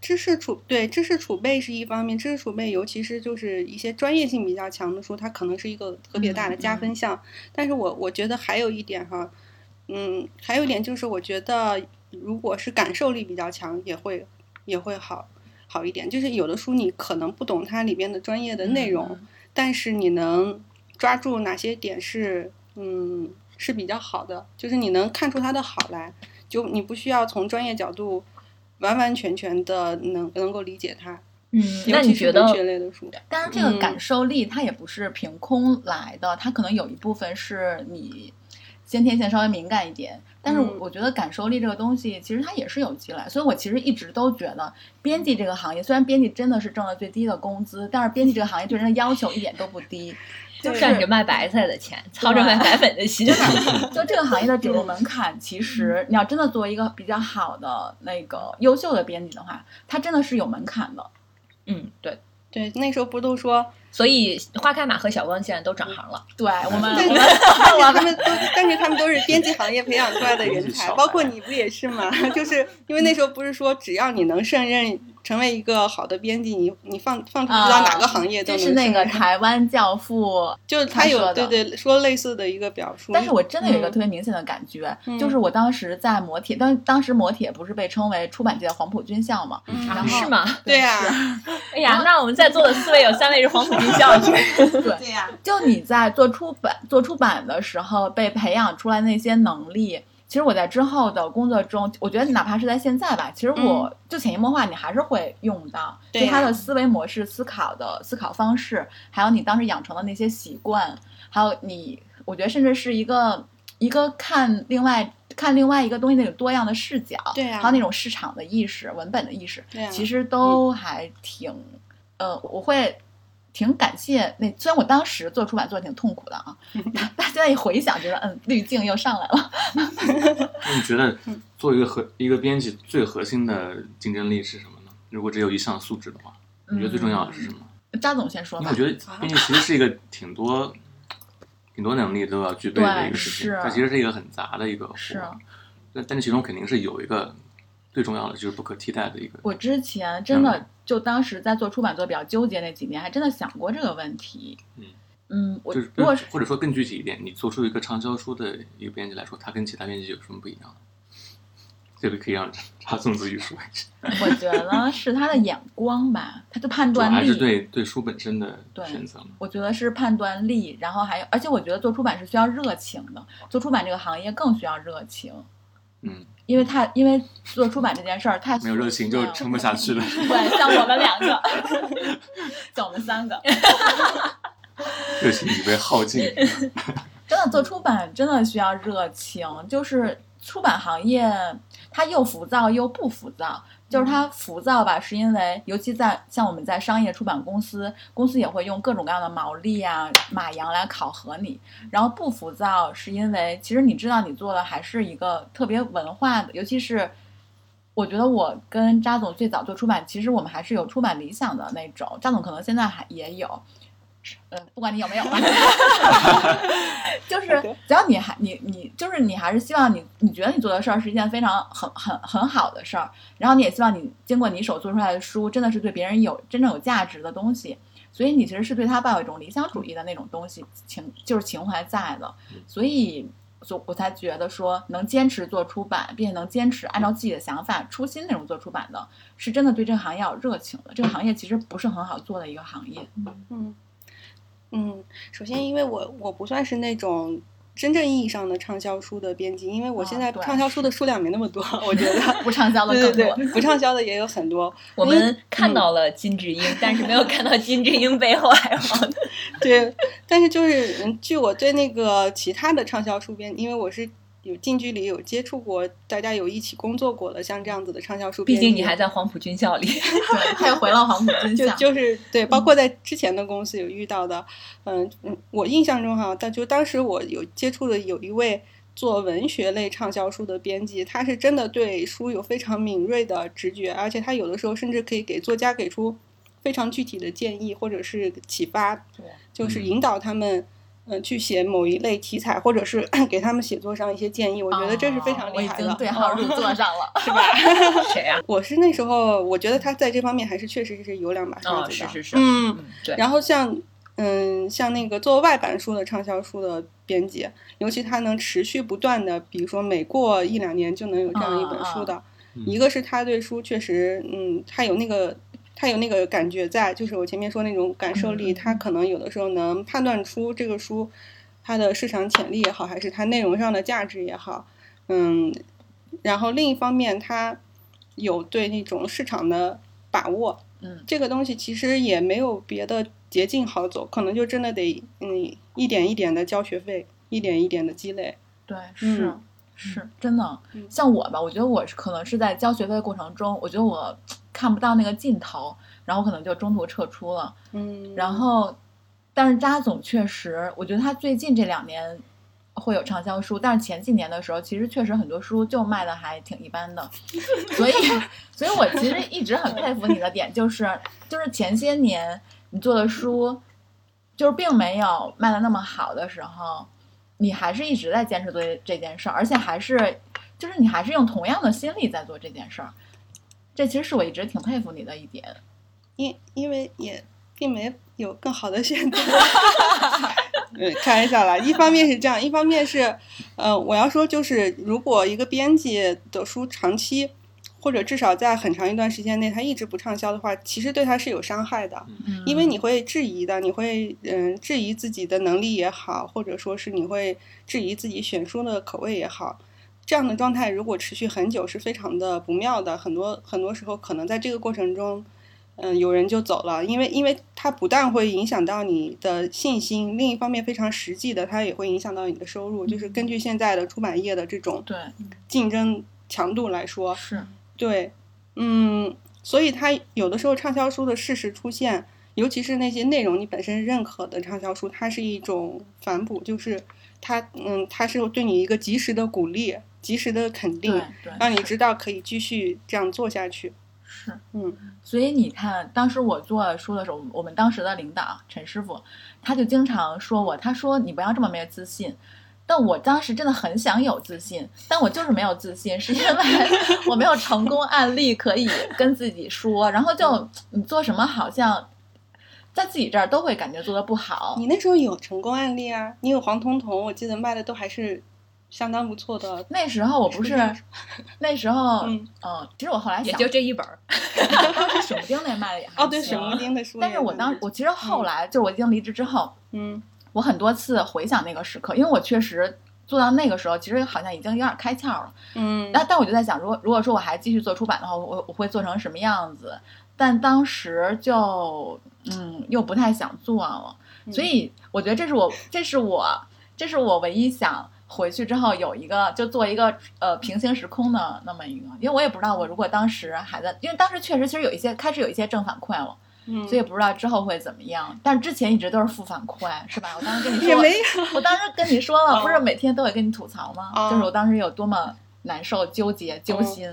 S4: 知识储对知识储备是一方面，知识储备尤其是就是一些专业性比较强的书，它可能是一个特别
S3: 嗯
S4: 大的加分项。但是我我觉得还有一点哈，嗯，还有一点就是我觉得如果是感受力比较强，也会也会好好一点。就是有的书你可能不懂它里边的专业的内容，
S1: 嗯
S4: 但是你能抓住哪些点是嗯是比较好的，就是你能看出它的好来，就你不需要从专业角度完完全全的能能够理解它。
S1: 嗯，
S4: 尤
S1: 那
S4: 其
S1: 你
S4: 是
S1: 觉
S4: 文学
S1: 得？
S4: 类的书，
S2: 当然，这个
S4: 嗯
S2: 感受力它也不是凭空来的，它可能有一部分是你先天性稍微敏感一点，但是我
S4: 嗯
S2: 我觉得感受力这个东西其实它也是有积累，所以我其实一直都觉得编辑这个行业，虽然编辑真的是挣了最低的工资，但是编辑这个行业对人的要求一点都不低，就是
S1: 赚着卖白菜的钱，操着卖白粉的心。
S2: 就这个行业的准入门槛，
S4: 嗯
S2: 其实你要真的作为一个比较好的那个优秀的编辑的话，它真的是有门槛的。
S1: 嗯，对。
S4: 对，那时候不都说，
S1: 所以花开马和小光现在都转行了，
S2: 对我 们，
S4: 但
S2: 我们我们
S4: 是但是他们都，但是他们都是编辑行业培养出来的人
S3: 编辑
S4: 才
S3: 小，白
S4: 包括你不也是吗？ 就是因为那时候不是说，只要你能胜任成为一个好的编辑，你你放放出去到哪个行业都
S2: 这
S4: 能
S2: 啊是
S4: 胜
S2: 那
S4: 任。
S2: 个台湾教父
S4: 就是他有
S2: 他说
S4: 对
S2: 的
S4: 对说类似的一个表述，
S2: 但是我真的有一个
S4: 嗯
S2: 特别明显的感觉，
S4: 嗯
S2: 就是我当时在磨铁，当当时磨铁不是被称为出版界的黄埔军校嘛？
S4: 嗯
S2: 然后
S1: 啊是吗？
S4: 对啊呀、
S1: 哎呀，那我们在座的四位有三位是黄埔军校的，
S2: 对，
S4: 对呀、
S2: 就你在做出版做出版的时候被培养出来那些能力，其实我在之后的工作中，我觉得哪怕是在现在吧，其实我就潜移默化，你还是会用到，
S4: 嗯对呀
S2: 就他的思维模式、思考的思考方式，还有你当时养成的那些习惯，还有你我觉得甚至是一个一个看另外看另外一个东西那种多样的视角，
S4: 对啊
S2: 还有那种市场的意识、文本的意识，
S4: 对啊
S2: 其实都还挺，呃，我会挺感谢那。虽然我当时做出版做得挺痛苦的 啊，但但现在一回想，觉得嗯，滤镜又上来了。
S3: 那你觉得做一个核一个编辑最核心的竞争力是什么呢？如果只有一项素质的话，你觉得最重要的是什么？
S2: 扎嗯总先说
S3: 因
S2: 吧
S3: 为我。觉得编辑其实是一个挺多、挺多能力都要具备的一个事情
S2: 对，是
S3: 它其实是一个很杂的一个活。
S2: 是
S3: 但但是其中肯定是有一个最重要的，就是不可替代的一个。
S2: 我之前真的
S3: 嗯
S2: 就当时在做出版做比较纠结那几年，还真的想过这个问题。
S3: 嗯
S2: 嗯，我
S3: 就是
S2: 如果是
S3: 或者说更具体一点，你做出一个畅销书的一个编辑来说，它跟其他编辑有什么不一样？这个可以 让查宋子宇说一下，
S2: 我觉得是他的眼光吧，他的判
S3: 主 要
S2: 断
S3: 还是
S2: 力，
S3: 对对书本身的
S2: 对
S3: 选择嘛。
S2: 我觉得是判断力，然后还有，而且我觉得做出版是需要热情的，做出版这个行业更需要热情，
S3: 嗯，
S2: 因为太因为做出版这件事儿太
S3: 没有热情就
S2: 琐碎
S3: 撑
S2: 了
S3: 不下去了。
S2: 对，像我们两个， 像我们三个，
S3: 热情已被耗尽。
S2: 真的做出版真的需要热情，就是出版行业它又浮躁又不浮躁。就是它浮躁吧，是因为尤其在像我们在商业出版公司，公司也会用各种各样的毛利啊、马洋来考核你。然后不浮躁，是因为其实你知道你做的还是一个特别文化的，尤其是我觉得我跟扎总最早做出版，其实我们还是有出版理想的那种。扎总可能现在还也有，呃，不管你有没有吧， 就是只要你还你你就是你还是希望你你觉得你做的事儿是一件非常很很很好的事儿，然后你也希望你经过你手做出来的书真的是对别人有真正有价值的东西，所以你其实是对他抱有一种理想主义的那种东西情就是情怀在的，所以。所以我才觉得说能坚持做出版，并且能坚持按照自己的想法、初心那种做出版的，是真的对这个行业有热情的。这个行业其实不是很好做的一个行业。
S4: 嗯，嗯，首先，因为我我不算是那种真正意义上的畅销书的编辑，因为我现
S2: 啊
S4: 在
S2: 对。
S4: 畅销书的数量没那么多， 我觉得
S2: 不畅销的
S4: 对
S2: 更多。
S4: 对对，不畅销的也有很多。
S1: 我们看到了金智英，但是没有看到金智英背后还有王
S4: 对，但是就是嗯据我对那个其他的畅销书编，因为我是有近距离有接触过，大家有一起工作过的，像这样子的畅销书
S1: 毕
S4: 编辑，
S1: 竟你还在黄埔军校里，
S2: 对，他又回到黄埔军
S4: 就
S2: 校，
S4: 就是对，包括在之前的公司有遇到的，嗯嗯，我印象中哈，但就当时我有接触的有一位做文学类畅销书的编辑，他是真的对书有非常敏锐的直觉，而且他有的时候甚至可以给作家给出非常具体的建议或者是启发，就是引导他们。嗯，去写某一类题材，或者是 给他们写作上一些建议，我觉得这是非常
S2: 哦我
S4: 厉
S2: 已
S4: 害的。哦
S2: 经对号入座上了。
S1: 谁啊？
S4: 我是那时候，我觉得他在这方面还是确实是有两把刷
S1: 哦，
S4: 子的。
S1: 是是是，
S4: 嗯，
S1: 对，
S4: 然后像嗯，像那个做外版书的畅销书的编辑，尤其他能持续不断的，比如说每过一两年就能有这样一本书的。
S3: 嗯
S4: 一个是他对书确实，嗯，他有那个他有那个感觉在，就是我前面说那种感受力，
S2: 嗯
S4: 他可能有的时候能判断出这个书它的市场潜力也好，还是它内容上的价值也好，嗯，然后另一方面，他有对那种市场的把握，
S2: 嗯，
S4: 这个东西其实也没有别的捷径好走，可能就真的得嗯一点一点的交学费，一点一点的积累。
S2: 对，是、啊
S4: 嗯
S2: 是，真的
S4: 嗯。
S2: 像我吧，我觉得我是可能是在交学费的过程中，我觉得我看不到那个尽头，然后可能就中途撤出了。
S4: 嗯，
S2: 然后，但是扎总确实，我觉得他最近这两年会有畅销书，但是前几年的时候，其实确实很多书就卖的还挺一般 的，所以，所以我其实一直很佩服你的点就是，就是前些年你做的书，就是并没有卖的那么好的时候，你还是一直在坚持做这这件事儿，而且还是，就是你还是用同样的心力在做这件事儿。这其实是我一直挺佩服你的一点，
S4: 因因为也并没有更好的选择。嗯，开玩笑啦。一方面是这样，一方面是，呃，我要说就是，如果一个编辑的书长期，或者至少在很长一段时间内，它一直不畅销的话，其实对它是有伤害的。
S2: 嗯
S4: 因为你会质疑的，你会嗯质疑自己的能力也好，或者说是你会质疑自己选书的口味也好，这样的状态如果持续很久是非常的不妙的。很多很多时候可能在这个过程中，嗯，有人就走了，因为因为它不但会影响到你的信心，另一方面非常实际的，它也会影响到你的收入。就是根据现在的出版业的这种
S2: 嗯对，
S4: 竞争强度来说，
S2: 是，
S4: 对，嗯，所以它有的时候畅销书的适时出现，尤其是那些内容你本身认可的畅销书，它是一种反哺，就是它，嗯，它是对你一个及时的鼓励、及时的肯
S2: 对
S4: 定，
S2: 对，
S4: 让你知道可以继续这样做下去。
S2: 是。
S4: 嗯，
S2: 所以你看，当时我做书的时候，我们当时的领导陈师傅，他就经常说我，他说你不要这么没有自信。但我当时真的很想有自信，但我就是没有自信，是因 为我没有成功案例可以跟自己说，然后就你做什么好像在自己这儿都会感觉做的不好。
S4: 你那时候有成功案例啊，你有黄彤彤，我记得卖的都还是相当不错的。
S2: 那时候我不是，那时候，
S4: 嗯
S2: 嗯、其实我后来
S1: 也
S2: 想，
S1: 就这一本儿，
S2: 当 时水木丁那卖的也还
S4: 哦，对，水
S2: 行
S4: 木丁的书也有
S2: 啊但
S4: 很多。
S2: 是我当我其实后来、就是我已经离职之后，
S4: 嗯
S2: 我很多次回想那个时刻，因为我确实做到那个时候，其实好像已经有点开窍了。
S4: 嗯，
S2: 但但我就在想，如果如果说我还继续做出版的话，我我会做成什么样子？但当时就嗯，又不太想做了，
S4: 嗯
S2: 所以我觉得这是我这是我这是我唯一想。回去之后有一个就做一个呃平行时空的那么一个，因为我也不知道我如果当时还在，因为当时确实其实有一些开始有一些正反馈了，
S4: 嗯，
S2: 所以不知道之后会怎么样。但是之前一直都是负反馈，是吧？我当时跟你说
S4: 也没有。
S2: 我当时跟你说了，
S4: 哦
S2: 不是每天都得跟你吐槽吗？
S4: 哦
S2: 就是我当时有多么难受、纠结、揪心。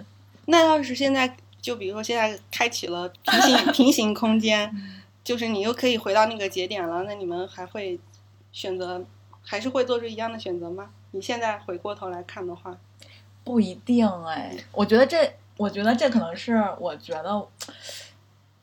S4: 那要是现在，就比如说现在开启了平 行平行空间，
S3: 嗯
S4: 就是你又可以回到那个节点了，那你们还会选择，还是会做出一样的选择吗？你现在回过头来看的话，
S2: 不一定哎，我觉得这，我觉得这可能是我觉得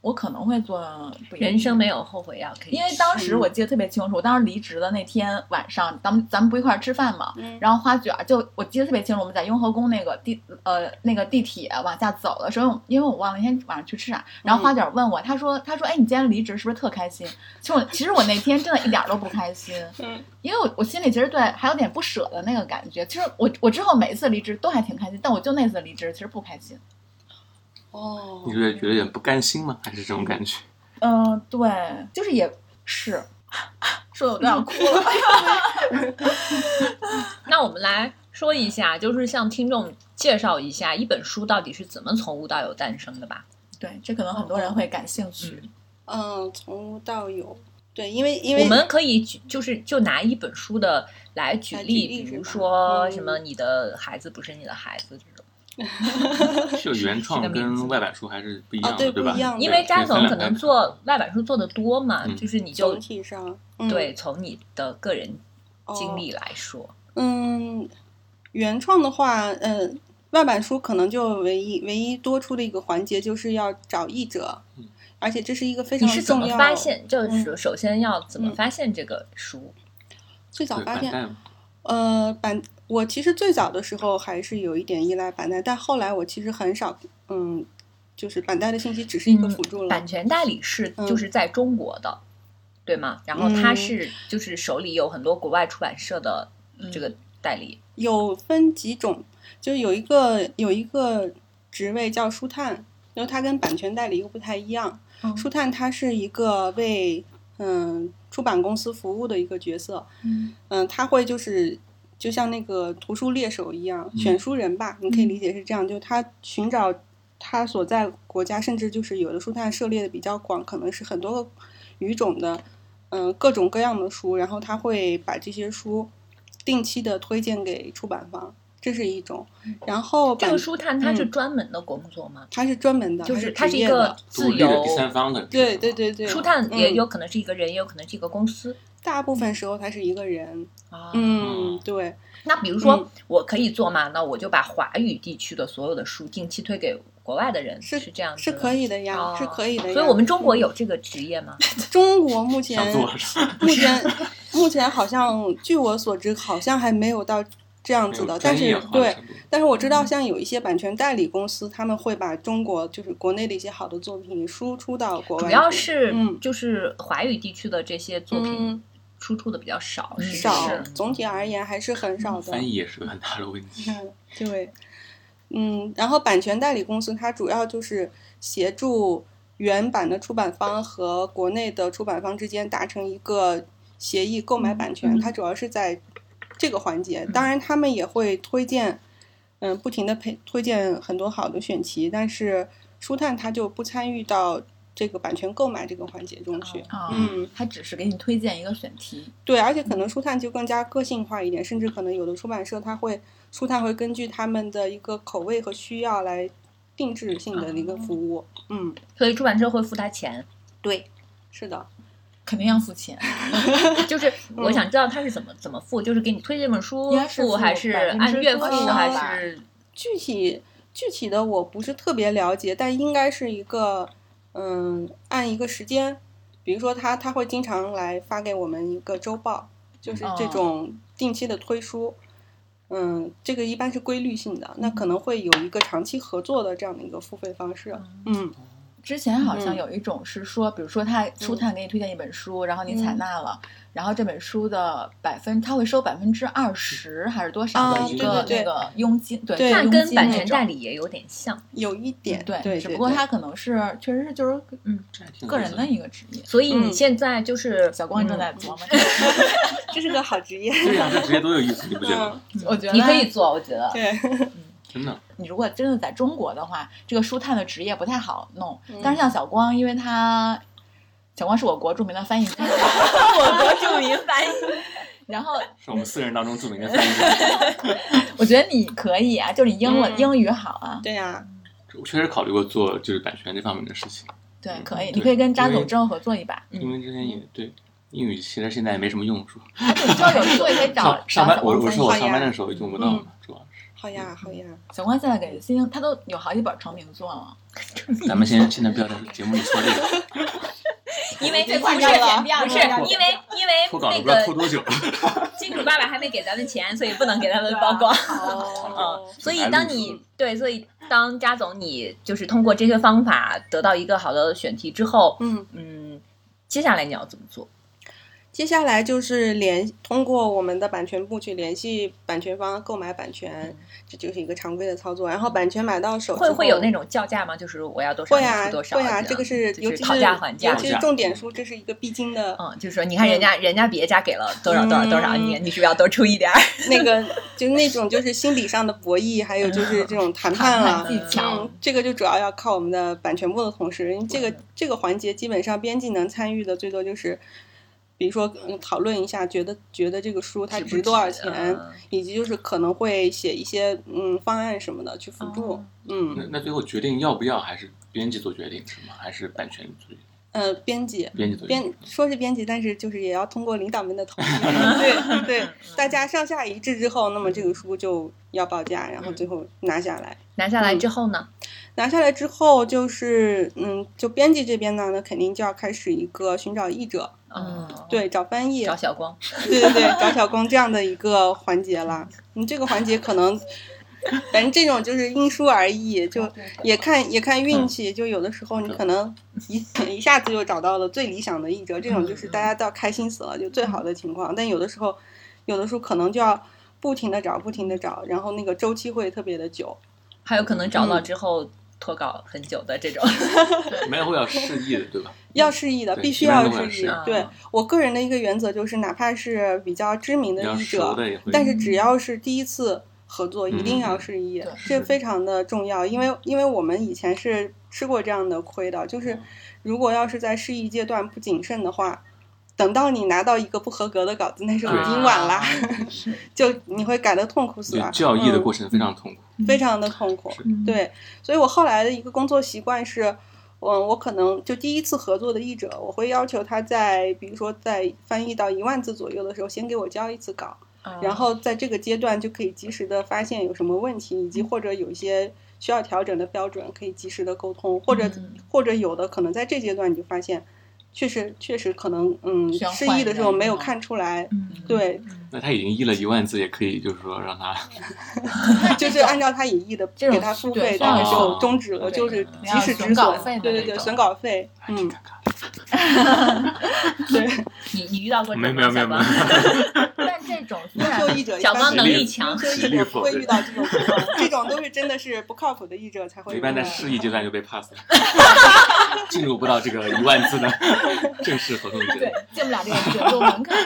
S2: 我可能会做不一样
S1: 人生嗯没有后悔药可以吃。
S2: 因为当时我记得特别清楚，我当时离职的那天晚上，咱们咱们不一块儿吃饭嘛，
S4: 嗯
S2: 然后花卷儿就我记得特别清楚，我们在雍和宫那个地呃那个地铁往下走的时候，因为我忘了那天晚上去吃啥，然后花卷儿问我，他说他说哎你今天离职是不是特开心？其实我其实我那天真的一点儿都不开 心，
S4: 嗯
S2: 因为我我心里其实对还有点不舍的那个感觉。其实我我之后每一次离职都还挺开心，但我就那次离职其实不开心。
S4: 哦
S3: 你觉得觉得有点不甘心吗？还是这种感觉？
S2: 嗯、对，就是也是。 说的我都想哭了，
S1: 那我们来说一下，就是向听众介绍一下一本书到底是怎么从无到有诞生的吧。
S2: 对，这可能很多人会感兴趣。
S4: 嗯，从无到有，对，因为因为
S1: 我们可以举就是就拿一本书的来举
S4: 来举
S1: 例，
S4: 例
S1: 比
S4: 是
S1: 如
S4: 吧
S1: 说
S4: 嗯
S1: 什么你的孩子不是你的孩子这种。
S3: 就原创跟外版书还是不一样
S4: 啊
S3: 的，
S4: 对
S3: 对
S4: 不一样
S3: 吧？
S4: 的
S1: 因为
S3: 扎
S1: 扎总可能做外版书做的多嘛，
S3: 嗯
S1: 就是你就
S4: 总体上，嗯、
S1: 对从你的个人
S4: 哦
S1: 经历来说，
S4: 嗯，原创的话，嗯，外版书可能就唯一唯一多出的一个环节就是要找译者
S3: 嗯，
S4: 而且这是一个非
S1: 你
S4: 常
S1: 是怎
S4: 重
S1: 么
S4: 要。
S1: 发现？就是
S4: 嗯
S1: 首先要怎么
S4: 嗯
S1: 发现这个书？
S4: 最早
S3: 对
S4: 发
S3: 版
S4: 现，
S3: 带嘛，
S4: 呃，板我其实最早的时候还是有一点依赖板带，但后来我其实很少，嗯，就是板带的信息只是一个辅助了。
S1: 版权代理是
S4: 嗯
S1: 就是在中国的，对吗？然后他
S4: 嗯
S1: 是就是手里有很多国外出版社的
S4: 嗯
S1: 这个代理，
S4: 有分几种，就有一个有一个职位叫书探，然后它跟版权代理又不太一样。
S2: 嗯
S4: 书探它是一个为嗯出版公司服务的一个角色，
S2: 嗯
S4: 嗯，他会就是就像那个图书猎手一样，选书人吧，你可以理解是这样，就他寻找他所在国家，甚至就是有的书探涉猎的比较广，可能是很多个语种的，嗯，各种各样的书，然后他会把这些书定期的推荐给出版方，这是一种。然后
S1: 这个
S4: 版
S1: 书探它是
S4: 嗯
S1: 专门的工作吗？
S4: 它是专门的，
S1: 就是
S4: 它
S1: 它是一
S4: 职业的
S1: 个自
S3: 独立的
S1: 由
S3: 第三方的，
S4: 对对，对对，
S1: 书探，也
S4: 嗯
S1: 有可能是一个人，也有可能是一个公司
S4: 大部分时候他是一个人，
S1: 啊
S4: 嗯，对，
S1: 那比如
S4: 嗯
S1: 说我可以做嘛？那我就把华语地区的所有的书定期推给国外的人，
S4: 是
S1: 是这样子
S4: 是
S1: 的
S4: 可以的呀，
S1: 哦
S4: 是可以的呀。
S1: 所以我们中国
S4: 嗯
S1: 有这个职业吗？
S4: 中国目前
S3: 想做了是吧？
S4: 目前目前好像，据我所知，好像还没有到这样子的。但
S3: 专业
S4: 是
S3: 化的
S4: 对，
S3: 程度
S4: 但是我知道，像有一些版权代理公司，他们会把中国就是国内的一些好的作品输出到国外去，
S1: 主要是
S4: 嗯
S1: 就是华语地区的这些作品
S4: 嗯
S1: 输出的比较少，
S2: 嗯
S1: 是
S4: 少
S1: 不是，
S4: 总体而言还是很少的。
S3: 翻译也是个很大的问题。
S4: 嗯，对，嗯，然后版权代理公司它主要就是协助原版的出版方和国内的出版方之间达成一个协议购买版权，它主要是在这个环节。当然，他们也会推荐，嗯，不停的推推荐很多好的选题，但是书探它就不参与到这个版权购买这个环节中去。
S2: 啊，
S4: 嗯，
S2: 他只是给你推荐一个选题，
S4: 对，而且可能书探就更加个性化一点，甚至可能有的出版社它会书探会根据他们的一个口味和需要来定制性的一个服务。嗯，
S1: 所以出版社会付他钱。
S4: 对，是的，
S2: 肯定要付钱。
S1: 就是我想知道他是怎么怎么付，就是给你推这本书
S2: 应该是
S1: 付，
S2: 付
S1: 还是
S2: 百分之
S1: 按月付，
S2: 多
S4: 少
S1: 还
S2: 吧
S1: 是
S4: 具体具体的我不是特别了解，但应该是一个嗯，按一个时间，比如说他他会经常来发给我们一个周报，就是这
S2: 哦
S4: 种定期的推书。嗯，这个一般是规律性的，那可能会有一个长期合作的这样的一个付费方式。嗯，
S2: 之前好像
S4: 嗯
S2: 有一种是说，比如说他书探给你推荐一本书，然后你
S4: 嗯
S2: 采纳了，然后这本书的百分他会收百分之二十还是多少
S4: 啊
S2: 的一个、
S4: 对对
S2: 那
S4: 对
S2: 个佣金，对，
S4: 对
S2: 佣
S1: 那
S2: 金
S1: 跟版
S2: 那
S1: 权
S2: 种
S1: 代理也有点像，
S4: 有一点
S2: 嗯对，
S4: 对，
S2: 只不过
S4: 对
S2: 他可能是确实是就是嗯
S3: 这还挺有
S2: 个
S3: 意
S2: 人
S3: 思
S2: 的一个职业。
S1: 所以你
S4: 嗯
S1: 现在就是
S2: 小光正在
S1: 嗯
S2: 琢磨这个，
S4: 这是个好职 业。
S3: 对呀、这职业多有意思，你不觉得
S4: 嗯
S3: 吗？，
S2: 我觉得
S1: 你可以做，我觉 得。
S4: 对，
S3: 真的，
S2: 你如果真的在中国的话，这个书探的职业不太好弄。
S4: 嗯
S2: 但是像小光，因为他小光是我国著名的翻译家，
S1: 我国著名翻译，
S2: 然后
S3: 是我们四人当中著名的翻译者。
S2: 我觉得你可以啊，就是你英文、
S4: 嗯
S2: 英语好啊，
S4: 对呀、
S3: 我确实考虑过做就是版权这方面的事情，
S2: 对，
S3: 嗯
S2: 可以，
S3: 对
S2: 你可以跟扎
S3: 因为
S2: 总正合作一把，嗯
S3: 因为之前也对英语其实现在也没什么用处。
S2: 就是有机会可以找
S3: 上上班，
S2: 找小
S3: 我
S2: 光
S3: 我
S2: 翻
S3: 说
S2: 译。
S3: 我上班的时候用不到嘛，主要是。
S4: 好呀，好呀，
S2: 小光现在给新他都有好几本成名作了，
S3: 咱们先现在不要在节目里说这个，
S1: 因为
S2: 这
S1: 不
S2: 块
S1: 是
S2: 要剪掉
S1: 不是
S2: 要
S1: 因为因为
S3: 脱稿都
S1: 那
S3: 不知道拖
S1: 个
S3: 多久。
S1: 金主爸爸还没给咱们钱，所以不能给他们曝光。
S2: 啊
S4: 哦
S1: 嗯，所以
S3: 还录
S1: 当
S3: 制
S1: 你对，所以当家总你就是通过这些方法得到一个好的选题之后，
S4: 嗯，
S1: 嗯，接下来你要怎么做？
S4: 接下来就是联通过我们的版权部去联系版权方购买版权，这就是一个常规的操作。然后版权买到手之
S1: 会
S4: 后
S1: 会有那种叫价吗？就是我要多少，
S4: 会
S1: 你
S4: 啊
S1: 出多少？
S4: 会啊，
S1: 样
S4: 这个是
S1: 就
S4: 尤其
S1: 讨价还价
S4: 尤。其是重点书，这是一个必经的
S1: 嗯，就是说，你看人家，人家别家给了多少多少多少，
S4: 嗯
S1: 你你是不是要多出一点儿？
S4: 那个，就是那种就是心理上的博弈，还有就是这种谈
S2: 谈
S4: 判了
S2: 判。技巧
S4: 嗯，，这个就主要要靠我们的版权部的同事，因为这个这个环节基本上编辑能参与的最多就是，比如说嗯讨论一下，觉得觉得这个书它
S1: 值不值
S4: 值啊多少钱，
S1: 嗯
S4: 以及就是可能会写一些嗯方案什么的去辅助，
S2: 哦
S3: 那
S4: 嗯
S3: 那最后决定要不要还是编辑做决定是吗？还是版权做决定？
S4: 呃编辑。
S3: 编辑做决定
S4: 编。说是编辑，但是就是也要通过领导们的同意， 对对，大家上下一致之后，那么这个书就要报价，然后最后拿下来。
S1: 拿下来之后呢？
S4: 拿下来之后，就是嗯，就编辑这边呢，那肯定就要开始一个寻找译者，
S1: 嗯，，
S4: 对，找翻译，
S1: 找小光，
S4: 对对对，找小光这样的一个环节啦。你这个环节可能，反正这种就是因书而异，就
S1: 哦
S4: 也看也看
S1: 嗯
S4: 运气。就有的时候你可能一 一下子就找到了最理想的译者，这种就是大家都要开心死了，就最好的情况。但有的时候，有的时候可能就要不停的找，不停的找，然后那个周期会特别的久。
S1: 还有可能找
S4: 嗯
S1: 到之后脱稿很久的这种。
S3: 没有会要示意的，对吧？
S4: 要示意的，
S3: 嗯对
S4: 必须
S3: 一般
S4: 要
S3: 都会
S4: 示意
S3: 是啊。
S4: 对我个人的一个原则就是，哪怕是比较知名的
S3: 比较
S4: 译
S3: 熟
S4: 者
S3: 的也嗯会，
S4: 但是只要是第一次合作，一定要示意
S2: 对，
S4: 这
S3: 是
S4: 非常的重要。因为因为我们以前是吃过这样的亏的，就是
S3: 嗯
S4: 如果要是在示意阶段不谨慎的话。等到你拿到一个不合格的稿子，那时候已经晚了，
S1: 啊
S4: 就你会改得痛苦死
S3: 对
S4: 了。
S3: 教义的
S4: 嗯
S3: 过程非常痛苦。
S4: 非常的痛苦
S3: 是。
S4: 对，所以我后来的一个工作习惯是，嗯，我可能就第一次合作的译者，我会要求他在比如说在翻译到一万字左右的时候，先给我交一次稿，
S2: 啊
S4: 然后在这个阶段就可以及时的发现有什么问题，以
S2: 嗯
S4: 及或者有一些。需要调整的标准可以及时的沟通，或者、
S2: 嗯
S4: 或者有的可能在这阶段你就发现，确实确实可能嗯
S2: 需要
S4: 失
S2: 换
S4: 忆
S2: 一
S4: 的
S2: 个
S4: 时候
S2: 人
S4: 没有
S2: 吗
S4: 看出来，
S1: 嗯，
S4: 对，
S3: 那他已经译了一万字，也可以就是说让他
S4: 就是按照他引译的
S2: 这种
S4: 给他付
S2: 对
S4: 费，但是
S3: 这种
S4: 就终止
S2: 对
S4: 了，就是
S2: 你
S4: 及
S2: 要
S4: 时
S2: 损
S4: 止
S2: 稿
S4: 损
S2: 费。嘛
S4: 对对
S2: 那
S4: 对，
S2: 种
S4: 损稿费，
S3: 还挺
S4: 嗯
S3: 尴，尬
S4: 对，
S1: 你你遇到过这种
S3: 没有没有没有
S1: 小 帮
S2: 但这种虽
S4: 优
S2: 然
S4: 秀译者一
S1: 小
S4: 般
S1: 猫
S4: 是
S1: 能
S3: 力
S1: 力强，
S4: 优秀
S3: 极
S4: 译
S3: 力
S4: 者不
S3: 否
S4: 会
S3: 认
S4: 遇到这种情 况，这种都是真的是不靠谱的译者才会
S3: 我
S4: 遇
S3: 一
S4: 到
S3: 般在示意阶段就被 pass 了， 进入不到这个一万 字的正式合同里。
S2: 对进不了这个九六门槛，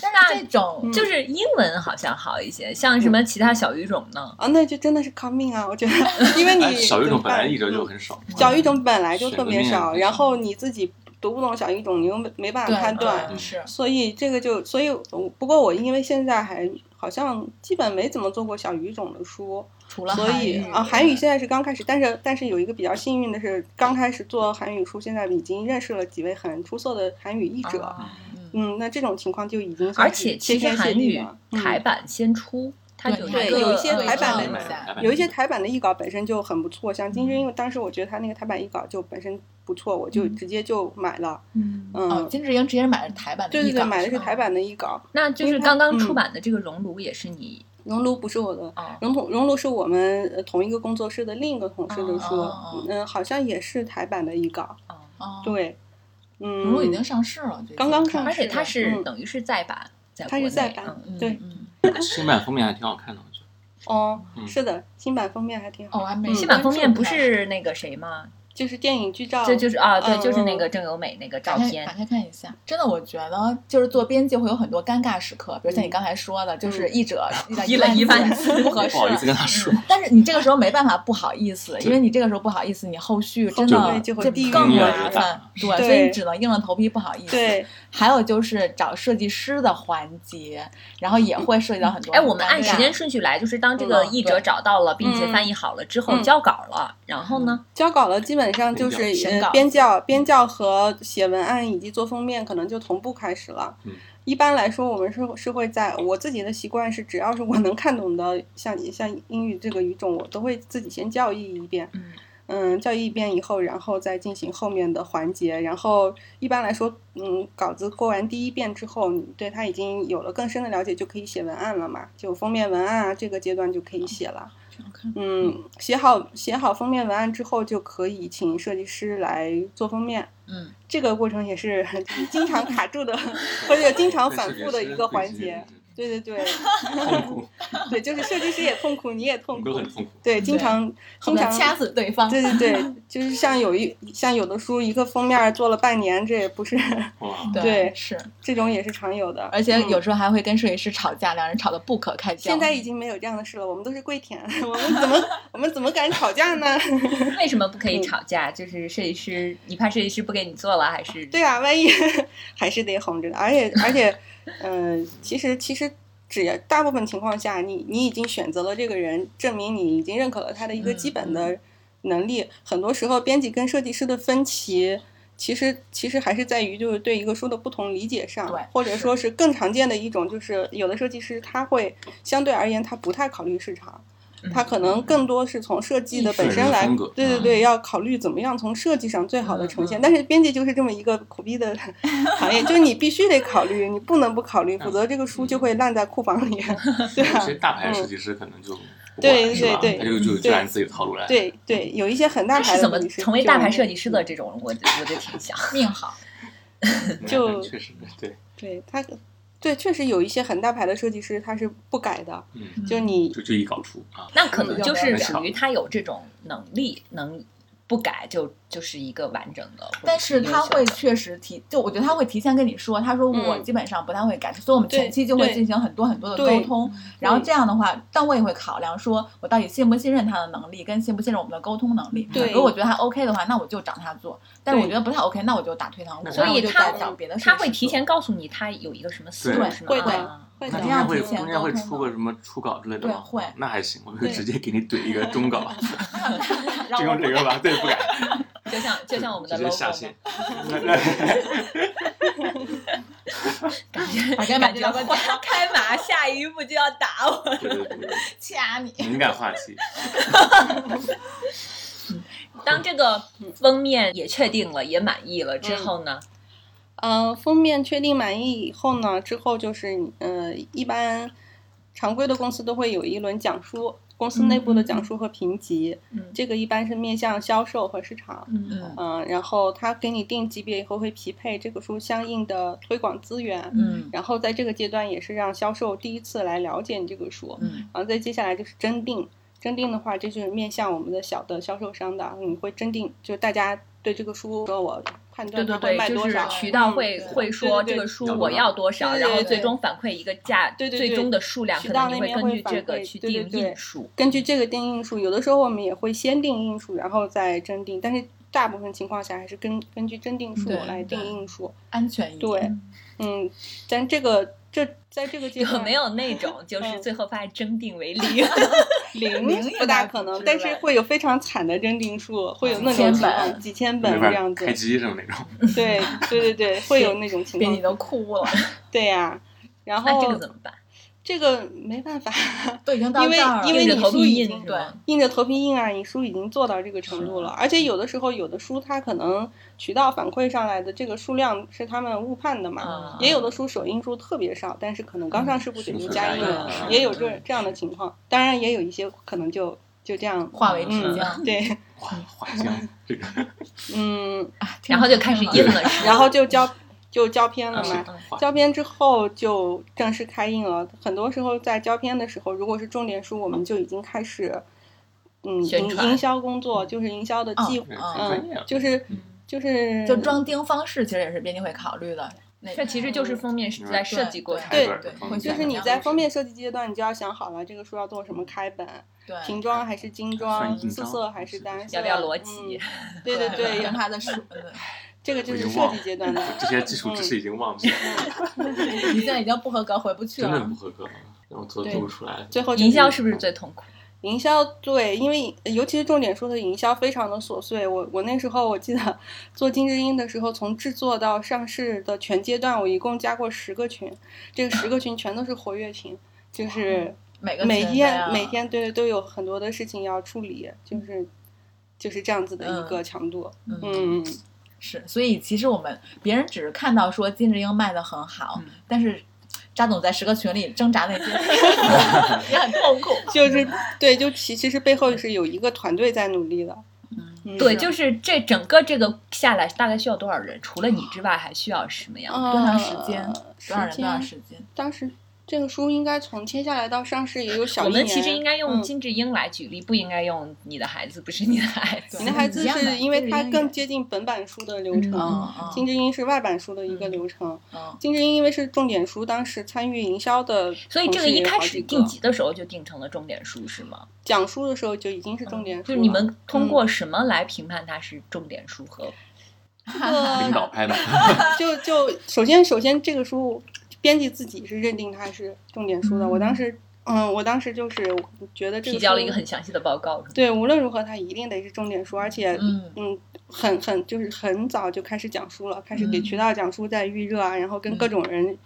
S2: 但
S1: 那
S2: 是这种
S4: 嗯
S1: 就是英文好像好一些，像什么其他小语种呢？
S4: 啊，那就真的是靠命啊！我觉得，因为
S3: 哎
S4: 你
S3: 小语种本来译
S4: 译
S3: 者就很少，
S4: 小语种本来就
S3: 选
S4: 特
S3: 择
S4: 别
S3: 面
S4: 少，
S3: 很
S4: 然
S3: 少
S4: 后你自己读不懂小语种，你又没没办法判断，嗯
S2: 对是
S4: 所以这个就所以我不过我因为现在还好像基本没怎么做过小语种的书，
S2: 除了
S4: 所
S2: 韩
S4: 以
S2: 语
S4: 啊韩语现在是刚开始，但是但是有一个比较幸运的是，刚开始做韩语书，现在已经认识了几位很出色的韩语译者，
S1: 啊
S4: 嗯，那这种情况就已经算
S1: 而
S4: 是
S1: 且
S4: 谢
S1: 其实
S4: 天谢
S1: 韩
S4: 地
S1: 语
S4: 了嗯
S1: 台版先出，它有
S2: 对
S1: 一个
S2: 对
S4: 有一些
S1: 呃
S4: 台版
S2: 的
S3: 白
S2: 那
S3: 白
S2: 种
S3: 白白
S4: 有一些台版的译稿本身就很不错，像金针因为当时我觉得他那个台版译稿就本身不错，我就直接就买了。
S1: 嗯
S4: 嗯，
S2: 哦，金智英直接是买的台版的
S4: 对
S2: 译稿，
S4: 对对，买的是
S2: 吧
S4: 台版的译稿。
S1: 那就
S4: 因
S1: 是
S4: 为它
S1: 刚刚
S4: 嗯
S1: 出版的这个《熔炉》也是你
S4: 熔炉不是我的，
S1: 啊，
S4: 熔炉熔炉是我们呃同一个工作室的另一个同事的书，
S2: 哦哦哦
S4: 嗯，好像也是台版的译稿。
S1: 哦
S2: 哦，
S4: 对，嗯，
S2: 如果已经上市了，最近
S4: 刚刚上
S2: 看
S1: 而且它是
S4: 嗯
S1: 等于是再版，在
S4: 它是
S1: 国
S4: 再
S1: 内
S4: 版
S1: 嗯
S2: 嗯
S4: 对
S2: 嗯
S3: 新版封面还挺好看的，我觉得。
S4: 哦，
S3: 嗯
S4: 是的，新版封面还挺好，
S2: 哦，我还没
S4: 嗯
S1: 新版封面不
S2: 关注它
S1: 是那个谁吗？
S4: 就是电影剧照，
S1: 这就是啊，对，
S4: 嗯
S1: 就是那
S4: 嗯
S1: 个郑有美那个照
S2: 打开
S1: 片
S2: 打，开看一下，真的，我觉得就是做编辑会有很多尴尬时刻，比如像你刚才说的，就是译者遇到
S1: 译了一万
S2: 字 不
S4: 啊
S2: 合适，
S3: 不好意思跟他 说，
S2: 但是你这个时候没办法不好意思，
S3: 对
S2: 因为你这个时候不好意思，你后续真
S3: 后
S2: 的
S4: 面就会
S2: 这
S4: 地狱
S2: 更
S3: 越来
S2: 麻
S3: 越
S2: 烦
S3: 大，
S2: 对，
S4: 对
S2: 所以你只能硬着头皮不好意思。
S4: 对，
S2: 还有就是找设计师的环节，然后也会涉及到很多。
S1: 哎，我们按
S4: 啊
S1: 时间
S2: 说，
S1: 顺序来，就是当这个
S2: 嗯
S1: 译者
S2: 对
S1: 找到了，并且
S4: 嗯
S1: 翻译好了之后
S4: 嗯
S1: 交稿了，然后呢？
S4: 交稿了，基本上就是
S3: 编
S2: 校审稿
S4: 呃编校、编校和写文案以及做封面，可能就同步开始了。
S3: 嗯
S4: 一般来说，我们是是会在我自己的习惯是，只要是我能看懂的，像像英语这个语种，我都会自己先校译一遍。
S1: 嗯
S4: 嗯，校译一遍以后，然后再进行后面的环节。然后一般来说，嗯，稿子过完第一遍之后，你对它已经有了更深的了解，就可以写文案了嘛，就封面文案啊这个阶段就可以写了。嗯，写好写好封面文案之后，就可以请设计师来做封面。
S2: 嗯，
S4: 这个过程也是 经常卡住的， 或者经常反复的一个环节。对对对，
S3: 痛 苦，
S4: 对，就是设计师也痛苦，你也痛
S3: 都
S4: 苦
S3: 很。痛苦。
S4: 对，经常经
S2: 恨不得
S4: 常
S2: 掐死对方。
S4: 对对对，就是像有一像有的书一个封面做了半年，这也不是
S3: 哇，
S2: 对
S4: 对
S2: 是，
S4: 这种也是常有的。
S2: 而且
S4: 嗯
S2: 有时候还会跟设计师吵架，两人吵得不可开交。
S4: 现在已经没有这样的事了，我们都是跪舔， 我们怎么我们怎么敢吵架呢？嗯
S1: 为什么不可以吵架？就是设计师，你怕设计师不给你做了，还
S3: 嗯
S1: 是
S4: 对啊，万一 还是得哄着的。而且而且，嗯、其实其实只要大部分情况下，你你已经选择了这个人，证明你已经认可了他的一个基本
S3: 嗯
S4: 的能力。很多时候，编辑跟设计师的分歧。其实，其实还是在于就是对一个书的不同理解上
S2: 对，
S4: 或者
S2: 是
S4: 说是更常见的一种，就是有的设计师他会相对而言他不太考虑市场，他可能更多是从设计的本身
S3: 嗯艺术
S4: 来
S3: 人的风格，
S4: 对对
S3: 嗯
S4: 对，要考虑怎么样从设计上最好的呈
S2: 嗯
S4: 现。
S2: 嗯
S4: 但是编辑就是这么一个苦逼的行业，就是你必须得考虑，你不能不考虑，否则这个书就会烂在库房里。
S3: 其
S4: 对
S3: 实
S4: 啊，
S3: 大牌设计师可能就不管
S4: 对
S3: 是吧
S4: 对对
S3: 他就就就按自己的套路来。
S4: 对对，有一些很大
S1: 他
S4: 牌
S1: 是
S4: 的
S1: 怎么
S4: 问题是
S1: 成为大牌设
S4: 计？
S1: 计师的这种？我我就挺想，
S2: 命好，
S3: 嗯，
S4: 就
S3: 确实对，
S4: 对他，对，确实有一些很大牌的设计师他是不改的，
S3: 嗯，
S4: 就你
S3: 就就一稿出啊，
S1: 那可能
S2: 嗯
S1: 就是属于他有这种能力，能不改就就是一个完整的。
S2: 但是他会确实提，就我觉得他会提前跟你说，他说我
S4: 嗯
S2: 基本上不太会改，所以我们前期就会
S4: 对
S2: 进行很多很多的沟
S4: 对
S2: 通。然后这样的话，但我也会考量说我到底信不信任他的能力，跟信不信任我们的沟通能力。
S4: 对
S2: 如果我觉得他 OK 的话，那我就找他做；但是我
S4: 对
S2: 觉得不太 OK，那我就打退堂鼓，
S3: 那
S1: 所
S2: 然后
S1: 以
S2: 我就
S1: 他
S2: 再找别的设计师
S1: 他
S2: 做。
S1: 会提前告诉你他有一个什么思
S3: 对
S1: 路，是吗？
S4: 会的
S1: 啊
S4: 会
S3: 那
S2: 怎
S3: 中
S2: 么
S4: 的。
S2: 样
S3: 间会
S2: 提前
S3: 中间会
S2: 沟通
S3: 出个什么初稿之类的吗？
S2: 对会
S3: 那还行，我会
S4: 对
S3: 直接给你怼一个中稿，
S2: 然
S3: 就
S2: 后我
S3: 用这个吧，对，不改，
S1: 就像就像我们的
S3: 直接
S1: logo
S3: 下
S1: 嘛
S3: 线。那那
S2: 把这 把
S1: 感
S2: 这
S1: 觉
S2: 老板
S1: 花 开麻，下一步就要打我。
S3: 对对对，
S2: 掐你。
S3: 敏感话题，
S1: 当这个封面也确定了，也满意了
S4: 嗯
S1: 之后呢，
S4: 呃，封面确定满意以后呢，之后就是嗯、呃，一般常规的公司都会有一轮讲述，公司内部的讲述和评级，
S1: 嗯
S4: 这个一般是面向销售和市场。
S1: 嗯
S4: 嗯、然后他给你定级别以后，会匹配这个书相应的推广资源。
S2: 嗯
S4: 然后在这个阶段，也是让销售第一次来了解你这个书。
S2: 嗯
S4: 然后再接下来就是征订，征订的话，这就是面向我们的小的销售商的，你会征订，就大家对这个书说我判
S1: 对
S4: 断
S1: 对
S4: 它会卖
S1: 对，就
S4: 多
S1: 是
S4: 少，
S1: 渠道
S4: 嗯
S1: 会
S2: 嗯
S1: 会说这
S4: 对对对
S1: 个书
S3: 要多
S1: 我
S3: 少
S1: 要多少，
S4: 对
S1: 然后
S4: 对
S1: 最
S4: 对
S1: 终反馈一个价，
S4: 对对
S1: 最
S4: 对
S1: 终的数量
S4: 渠
S1: 可
S4: 道
S1: 能你
S4: 那
S1: 会
S4: 边
S1: 根
S4: 会
S1: 据
S4: 反
S1: 这个
S4: 馈
S1: 去
S4: 对对
S1: 定
S4: 对
S1: 印数。
S4: 根据这个定印数，有的时候我们也会先定印数，然后再征订，但是大部分情况下还是根根据征订数
S2: 对
S4: 来定
S2: 对
S4: 印数。
S2: 安全一
S4: 对
S2: 点，
S4: 嗯，但这个这在这个阶
S1: 有
S4: 段
S1: 没有那 种就是
S4: 嗯
S1: 最后发现征订为零？
S4: 零
S2: 零也
S4: 不大
S2: 拿
S4: 可
S2: 不
S4: 能
S2: 出，
S4: 但是
S2: 来
S4: 会有非常惨的征订数，会
S1: 啊
S4: 有那
S2: 几千
S4: 种情
S2: 本
S4: 况，几千 本
S3: 没
S4: 这样
S3: 法
S4: 子
S3: 开。机什么那种，
S4: 对对对 对，会有那 种情
S2: 比你
S4: 况。
S2: 都哭了，
S4: 对呀、然
S1: 那
S4: 后
S1: 这个怎么办？
S4: 这个没办法，
S2: 都已经到
S4: 因为
S2: 这儿了，
S4: 因为
S1: 硬着
S4: 你
S1: 头
S4: 书
S1: 皮
S4: 已
S1: 印
S4: 经
S1: 是
S2: 对
S1: 吗？
S4: 硬着头皮硬啊，你书已经做到这个程度了。而且有的时候，有的书它可能渠道反馈上来的这个数量是他们误判的嘛，
S1: 啊
S4: 也有的书首印数特别少，但是可能刚上市不久
S3: 嗯
S4: 就是加
S3: 加
S4: 印
S3: 印
S4: 了，
S3: 了
S4: 也有这这样的情况。当然也有一些可能就就这样
S2: 化为纸
S4: 嗯
S2: 浆，
S4: 对，
S3: 哇，画像这个
S4: 嗯，
S2: 啊
S1: 然后就开始印了， 是吗
S4: 然后就交就交片了嘛。
S1: 嗯
S3: 啊画
S4: 胶片之后就正式开印了。很多时候在胶片的时候，如果是重点书，我们就已经开始，嗯，
S1: 宣
S4: 营
S1: 传
S4: 营销工作，就是营销的计划，
S3: 嗯专业
S4: 嗯
S3: 了，
S4: 就是
S1: 嗯
S4: 就是
S2: 就装订方式其实也是编辑会考虑的，那
S1: 这其实就是封面是在
S3: 嗯
S1: 设计过程
S2: 对
S1: 中，
S3: 开
S2: 对
S3: 本儿
S2: 会
S3: 封
S2: 选
S3: 面，
S4: 就
S2: 什
S4: 是
S2: 么
S4: 你
S2: 样
S4: 在
S2: 的
S4: 封面设计阶段，你就要想好了，这个书要做什么开本，
S2: 对
S4: 平装还是精
S3: 算
S4: 装，
S3: 硬
S4: 四
S3: 装
S4: 色还是单色，
S1: 要不要逻辑？
S4: 嗯对对对，
S2: 跟
S4: 有
S2: 他的 书，嗯
S4: 这个就是
S3: 我已经
S4: 设
S3: 忘
S4: 计
S3: 了
S4: 阶段的。
S3: 这些基础知识已经忘记了，
S2: 对你现在已经不合格，回不去
S3: 真的
S2: 了
S3: 不。合格，让我做
S4: 对
S3: 做不出来。
S4: 最后就是
S1: 营销是不是最痛苦？
S4: 营销对，因为呃尤其是重点说的营销非常的琐碎。我我那时候我记得做金智英的时候，从制作到上市的全阶段，我一共加过十个群，这个十个群全都是活跃群，就是
S2: 每个啊
S4: 每
S2: 群的呀
S4: 天每天对都有很多的事情要处理，就是就是这样子的一个强度。
S2: 嗯
S4: 嗯，
S2: 是，所以其实我们别人只是看到说金智英卖的很好，
S1: 嗯
S2: 但是扎总在十个群里挣扎那 些也很痛苦。
S4: 就是对，就其其实背后是有一个团队在努力的。
S2: 嗯
S4: 嗯
S1: 对，就是这整个这个下来大概需要多少人？除了你之外，还需要什么样的？
S4: 呃
S2: 多长时间
S4: 时
S2: 多少人多少
S4: 间？
S2: 时间？
S4: 当时这个书应该从切下来到上市也有小一
S1: 我
S4: 年。
S1: 们其实应该用
S4: 嗯
S1: 金智英来举例，不应该用你的孩子，不是你的孩子
S4: 你。的孩子
S2: 嗯一样的
S4: 是因为
S2: 就是
S4: 它
S2: 英语
S4: 更接近本版书的流程，
S2: 嗯嗯
S4: 金智英是外版书的一个流程。
S2: 嗯，
S4: 金智英因为是重点书，当时参与营销的，
S1: 所以这个一开始定级的时候就定成了重点书是吗？
S4: 讲述的时候就已经是重点书了。
S1: 嗯就是你们
S4: 嗯
S1: 通过什么来评判它是重点书和
S4: 嗯
S3: 领导拍的，
S4: 呃就就首先首先这个书，编辑自己是认定它是重点书的。
S1: 嗯
S4: 我当时嗯，我当时就是觉得这
S1: 提
S4: 个书
S1: 交了一个很详细的报告？
S4: 对，无论如何它一定得是重点书，而且
S2: 嗯
S4: 嗯，很很就是很早就开始讲书了，开始给
S2: 嗯
S4: 渠道讲书在预热啊，然后跟各种人，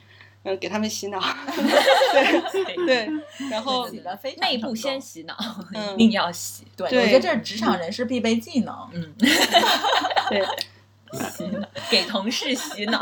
S4: 嗯、给他们洗 脑，
S1: 对
S4: 对，然后
S2: 自己的非常
S1: 内部
S2: 成
S1: 先
S2: 功
S1: 洗脑，
S4: 嗯
S1: 一 定要洗。
S2: 对，
S4: 对
S2: 我觉得这是职场人士必备技能。
S1: 嗯，
S4: 对，
S1: 给同事洗脑。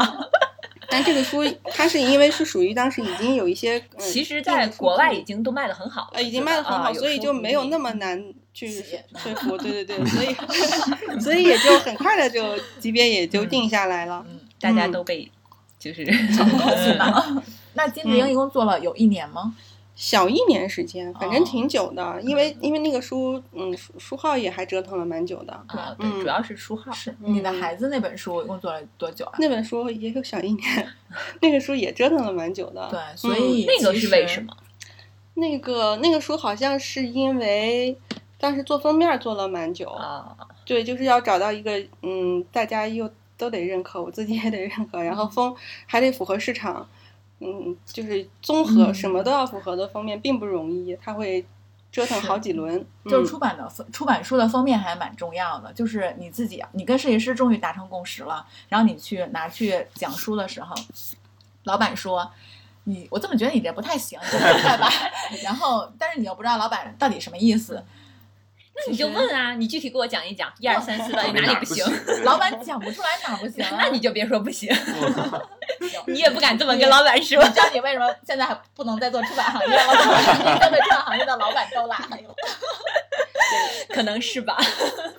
S4: 但这个书它是因为是属于当时已经有一些，呃
S1: 其实，在国外已经都卖的很好了，
S4: 呃已经卖的很好，
S1: 啊
S4: 所以就没有那么。
S1: 说服力嗯
S4: 难去
S2: 洗
S4: 说服，对对 对，所以所以也就很快的就级别也就定下来了。
S2: 嗯，
S1: 大家都被就是
S2: 洗脑。那金智英一共做了有一年吗？
S4: 小一年时间，反正
S2: 哦
S4: 挺久的，因为因为那个书，嗯，书书号也还折腾了蛮久的。
S1: 啊，对，
S4: 嗯
S1: 主要是书号。
S2: 是
S4: 嗯
S2: 你的孩子那本书一共做了多久啊？
S4: 那本书也有小一年， 那个书也折腾了蛮久的。
S2: 对，所以
S1: 那个
S2: 其
S1: 是
S2: 实
S1: 为什？么？
S4: 那个那个书好像是因为当时做封面做了蛮久，
S1: 啊，
S4: 对，就是要找到一个嗯，大家又都得认可，我自己也得认可，然
S2: 嗯
S4: 后封还得符合市场，嗯，就是综合
S2: 嗯
S4: 什么都要符合的封面并不容易，它会折腾好几轮。
S2: 就是
S4: 嗯
S2: 出版的封出版书的封面还蛮重要的，就是你自己，啊你跟设计师终于达成共识了，然后你去拿去讲书的时候，老板说。你我怎么觉得 你这不太行，你这不太白。然后，但是你又不知道老板到底什么意思，
S1: 那你就问啊，你具体给我讲一讲，一二三四到底
S3: 哪
S1: 哪里
S3: 不
S1: 行？
S3: 对
S2: 老板讲不出来哪 不行 啊、
S1: 那你就别说不行，
S2: 行
S1: 你也不敢这么跟老板说。
S2: 你知道你为什么现在还不能再做出版行业了 吗？你都被出版行业的老板招来了。
S1: 可能是吧。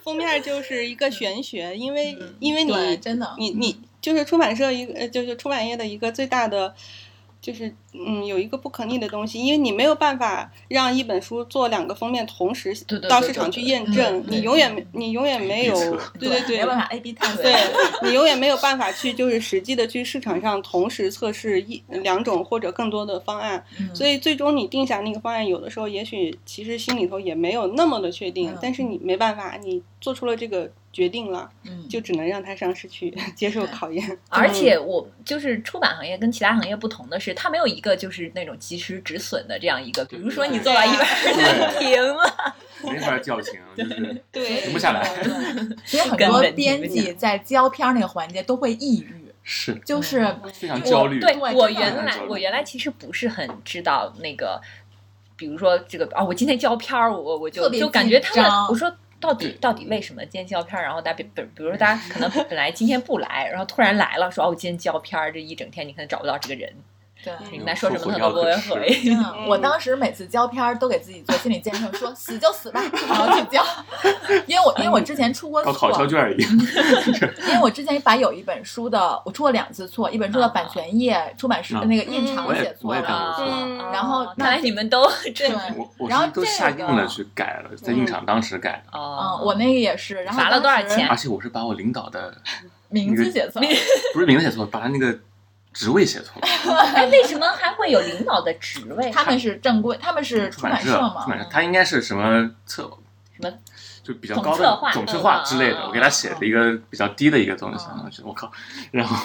S4: 封面就是一个玄学，因为、因为
S2: 嗯对，
S4: 你
S2: 真的，
S4: 你你就是出版社一个呃，就是出版业的一个最大的，就是嗯，有一个不可逆的东西，因为你没有办法让一本书做两个封面同时
S1: 对对
S4: 到
S1: 对
S4: 市
S1: 对
S4: 场去验
S2: 对
S4: 证，
S2: 对
S4: 你永远没你永远没有
S3: 预测，
S4: 对对对
S2: 没，办法，A B test。
S4: 对你永远没有办法去就是实际的去市场上同时测试一两种或者更多的方案，
S2: 嗯
S4: 所以最终你定下那个方案，有的时候也许其实心里头也没有那么的确定，
S2: 嗯
S4: 但是你没办法，你做出了这个决定了，
S2: 嗯，
S4: 就只能让它上市去 接受考验。
S1: 而且我就是出版行业跟其他行业不同的是，它没有一个就是那种及时止损的这样一个，比如说你做到一半
S2: 啊
S1: 儿 就停了，
S3: 没法叫停，就是
S4: 对
S3: 停不下来。
S2: 对其实很
S1: 根
S2: 多
S1: 本停
S2: 编
S1: 不
S2: 辑在胶片儿那个环节都会抑郁，
S3: 是
S1: 嗯
S2: 就是
S3: 非常焦虑。
S1: 对
S2: 对
S1: 我
S2: 真的
S1: 原
S3: 很
S1: 来
S3: 焦虑
S1: 我原来其实不是很知道那个，比如说这个啊、我今天胶片儿，我我
S2: 特
S1: 就
S2: 别
S1: 就感觉他
S2: 紧
S1: 们
S2: 张，
S1: 我说到底到底为什么今天胶片儿？然后大家比比比如说大家可能本来今天不来，然后突然来了，说哦，我今天胶片儿，这一整天你可能找不到这个人，
S2: 对。
S1: 你
S3: 哎
S4: 嗯
S1: 跟他说什么他
S3: 说
S1: 都
S3: 火
S1: 不会
S3: 药可
S1: 回。
S2: 真的，我当时每次胶片儿都给自己做心理建设，说死就死吧，然后去交。因为我因为我之前出过
S3: 高考
S2: 错
S3: 交，卷一样，
S2: 因为我之前把有一本书的我出过两次错，一本书的版权页、出版时
S3: 啊
S2: 那个印
S4: 嗯
S2: 厂
S3: 我也
S2: 写错
S3: 我也干
S2: 了，
S3: 过错
S4: 嗯
S2: 然
S1: 啊
S2: 后那
S1: 哦看来你们都
S2: 对，
S3: 我我
S2: 然后
S3: 是都
S2: 这
S3: 下
S2: 个
S3: 定了去改了，在印厂当时改的，
S1: 哦
S2: 嗯，我那个也是，然后
S1: 罚了多少
S2: 当时
S1: 钱
S3: 而且我是把我领导的
S2: 名字写错，
S3: 不是名字写错，了，把他那个职位写错了。
S1: 哎，为什么还会有领导的职位？
S2: 他们是正规，他们是
S3: 啊出
S2: 嗯出
S3: 版
S2: 版
S3: 社，
S2: 社
S3: 出
S2: 嘛，
S3: 版社，他应该是什么策
S1: 什么
S3: 就比较高
S1: 总策
S3: 的
S1: 划
S3: 总策划之类
S1: 嗯嗯
S3: 的，
S1: 嗯
S3: 我给他写了一个比较低的一个东西，
S2: 嗯
S3: 然后就我靠，然后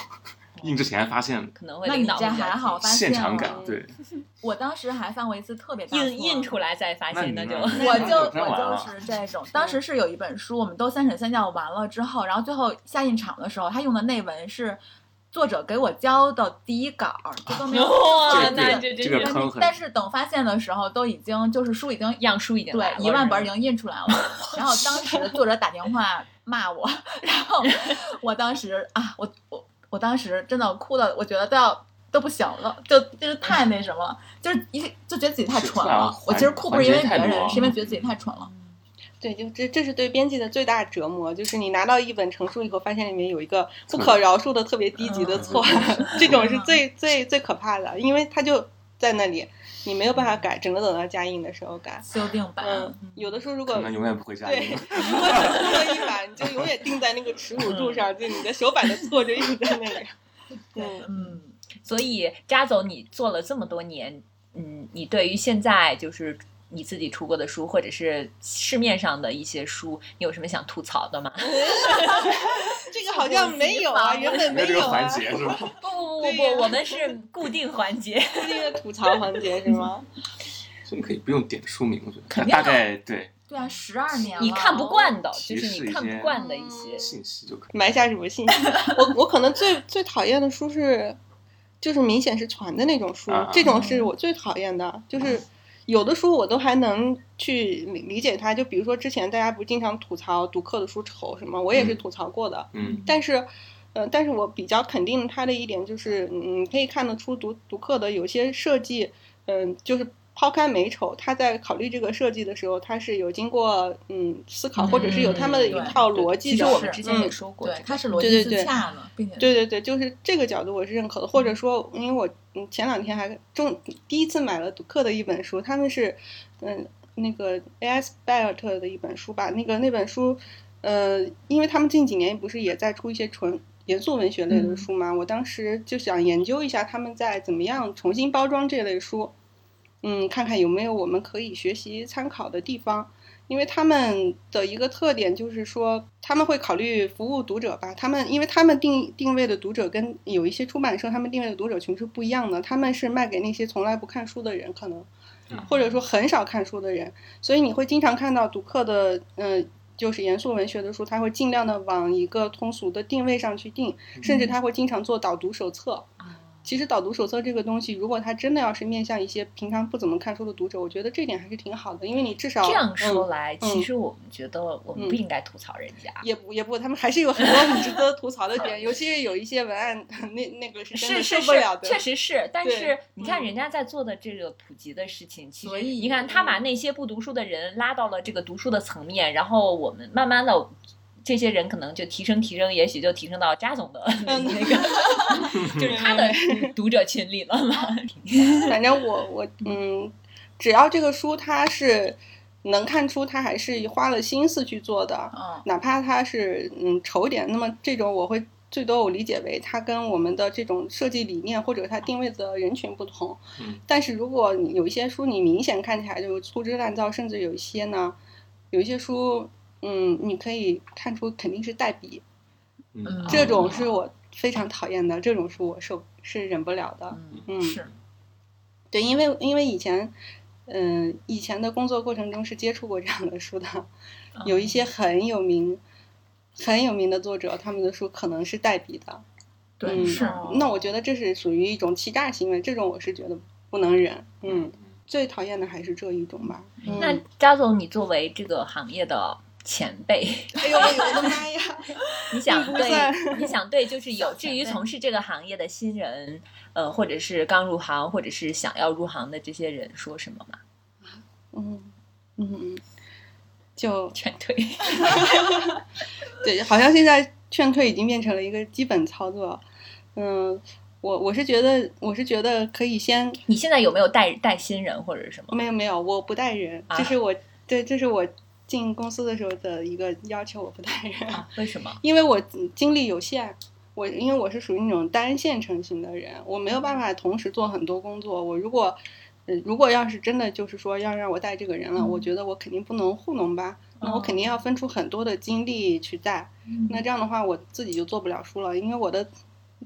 S3: 印之前发现
S1: 可能会
S2: 那
S1: 领
S2: 你
S1: 导
S2: 这
S1: 会比较
S2: 还
S1: 急
S2: 好，发现
S3: 现场
S2: 了
S3: 改，对，
S2: 我当时还犯过一次特别大
S1: 印印出
S2: 来。
S1: 来再发
S3: 那
S1: 现，
S3: 你
S1: 那就
S3: 呢
S2: 我
S3: 那
S2: 就
S3: 就真完
S2: 我
S3: 了
S2: 就是这种，当时是有一本书，我们都三审三教完了之后，然后最后下印厂的时候，他用的内文是作者给我交的第一稿，这都没 有。
S1: 啊哇，
S3: 这个
S1: 那
S3: 这
S1: 这
S3: 个这个坑很
S2: 但是等发现的时候，都已经就是书已经
S1: 样书已经来
S2: 对
S1: 了
S2: 一万本儿已
S1: 是吧
S2: 经印出来了。然后当时作者打电话骂我，然后我当时啊，我我我当时真的哭的，我觉得都要。都不行了，就就是太那什么了，就是一就觉得自己太
S3: 是
S2: 蠢
S3: 是啊
S2: 了。我
S3: 环
S2: 其实哭不是因为
S3: 环节
S2: 别
S3: 太多
S2: 人，
S3: 了
S2: 是因为觉得自己太蠢了。
S4: 对，就这这是对编辑的最大折磨，就是你拿到一本成书以后，发现里面有一个不可饶恕的特别低级的
S3: 嗯
S4: 错， 这种是最最最可怕的，因为它就在那里，你没有办法改，只能等到加印的时候改。
S2: 修订版，
S4: 嗯，有的时候如果
S3: 可能永远不会加
S4: 对，
S3: 印。
S4: 如果你错了一版，你就永远定在那个耻辱柱上，就你的手板的错就一直在那里。嗯，
S2: 嗯，
S1: 所以，扎总，你做了这么多年，嗯，你对于现在就是你自己出过的书，或者是市面上的一些书，你有什么想吐槽的吗？
S4: 这个好像没有啊，原本
S3: 没有这
S4: 有
S3: 个环
S4: 啊，
S3: 节是吧？
S1: 不不不
S4: 对
S1: 不
S4: 呀
S1: 不，我们是固定环节。
S4: 固定的吐槽环节是吗？
S3: 所以可以不用点书名，我觉得
S1: 肯定
S3: 大概对
S2: 对啊，十二年 了，哦
S1: 你看不惯的，就
S3: 提
S1: 是
S3: 示
S1: 你
S3: 一
S1: 看不
S3: 些
S1: 惯的一些，
S3: 信息就可以。
S4: 埋下什么信息？我我可能最最讨厌的书是，就是明显是传的那种书，
S3: 啊
S4: 这种是我最讨厌的。就是有的书我都还能去理理解它，就比如说之前大家不经常吐槽读客的书丑什么，我也是
S3: 嗯
S4: 吐槽过的。
S3: 嗯，
S4: 但是，呃，但是我比较肯定它的一点就是，嗯，可以看得出读读客的有些设计，嗯、就是。抛开美丑，他在考虑这个设计的时候，他是有经过嗯思考，或者是有他们的一
S2: 嗯
S4: 套逻辑
S1: 其
S4: 的。
S1: 实我们之前也
S4: 嗯
S1: 说过这
S2: 对
S1: 个，，
S2: 它是逻
S4: 对
S2: 辑
S4: 对对
S2: 自洽的，并且
S4: 对对对，就是这个角度我是认可的，或者说，因为我嗯前两天还中第一次买了读客的一本书，他们是嗯那个 A.S. 拜尔特的一本书吧，那个那本书，呃，因为他们近几年不是也在出一些纯严肃文学类的书嘛，我当时就想研究一下他们在怎么样重新包装这类书，嗯，看看有没有我们可以学习参考的地方。因为他们的一个特点就是说，他们会考虑服务读者吧。他们因为他们定定位的读者跟有一些出版社他们定位的读者群是不一样的，他们是卖给那些从来不看书的人，可能
S3: 嗯
S4: 或者说很少看书的人，所以你会经常看到读客的，嗯、就是严肃文学的书，他会
S1: 嗯
S4: 尽
S1: 啊
S4: 量的往一个通俗的定位上去定，甚至他会经常做导读手册。其实导读手册这个东西，如果它真的要是面向一些平常不怎么看书的读者，我觉得这点还是挺好的，因为你至少
S1: 这样说
S4: 嗯
S1: 来，其实我们觉得我们不应该吐槽人家。
S4: 也不也不，他们还是有很多很值得吐槽的点，尤其是有一些文案， 那那个是真
S1: 是
S4: 的
S1: 是
S4: 受
S1: 是
S4: 不了，的。
S1: 确实是。但
S4: 对
S1: 是你看
S4: 嗯
S1: 人家在做的这个普及的事情，其
S2: 所
S1: 实
S2: 以
S1: 你看他把那些不读书的人拉到了这个读书的层面，然后我们慢慢的。这些人可能就提升提升，也许就提升到扎总的那
S4: 嗯
S1: 个，就是他的读者群里了嘛。
S4: 反正我我嗯，只要这个书它是能看出它还是花了心思去做的，
S2: 嗯，
S4: 哪怕它是嗯丑一点，那么这种我会最多我理解为它跟我们的这种设计理念或者它定位的人群不同。
S3: 嗯
S4: 但是如果你有一些书你明显看起来就是粗制滥造，甚至有一些呢，有一些书嗯，你可以看出肯定是代笔，
S3: 嗯，
S4: 这种是我非常讨厌的，这种书我受是忍不了的。嗯
S2: 是，
S4: 对，因为因为以前，嗯、以前的工作过程中是接触过这样的书的，有一些很有名、很有名的作者，他们的书可能是代笔的。
S2: 对
S4: 嗯
S2: 是，
S4: 那我觉得这是属于一种欺诈行为，这种我是觉得不能忍。嗯，最讨厌的还是这一种吧。嗯、
S1: 那扎总，你作为这个行业的前辈，
S4: 哎呦我的妈呀！
S1: 你想
S4: 不算
S1: 对，你想对，就是有
S2: 小
S1: 志于
S2: 前辈
S1: 从事这个行业的新人，呃，或者是刚入行，或者是想要入行的这些人说什么吗？
S4: 嗯嗯嗯，就
S1: 劝退。
S4: 对，好像现在劝退已经变成了一个基本操作。嗯，我我是觉得我是觉得可以先
S1: 你现在有没有带带新人或者是什么？
S4: 没有没有，我不带人，
S1: 啊
S4: 这是我对，这是我进公司的时候的一个要求，我不带人，
S1: 啊，为什么？
S4: 因为我嗯精力有限，我因为我是属于那种单线程型的人，我没有办法同时做很多工作。我如果呃如果要是真的就是说要让我带这个人了，我
S1: 嗯
S4: 觉得我肯定不能糊弄吧，那我肯定要分出很多的精力去带。
S1: 嗯
S4: 那这样的话，我自己就做不了书了，因为我的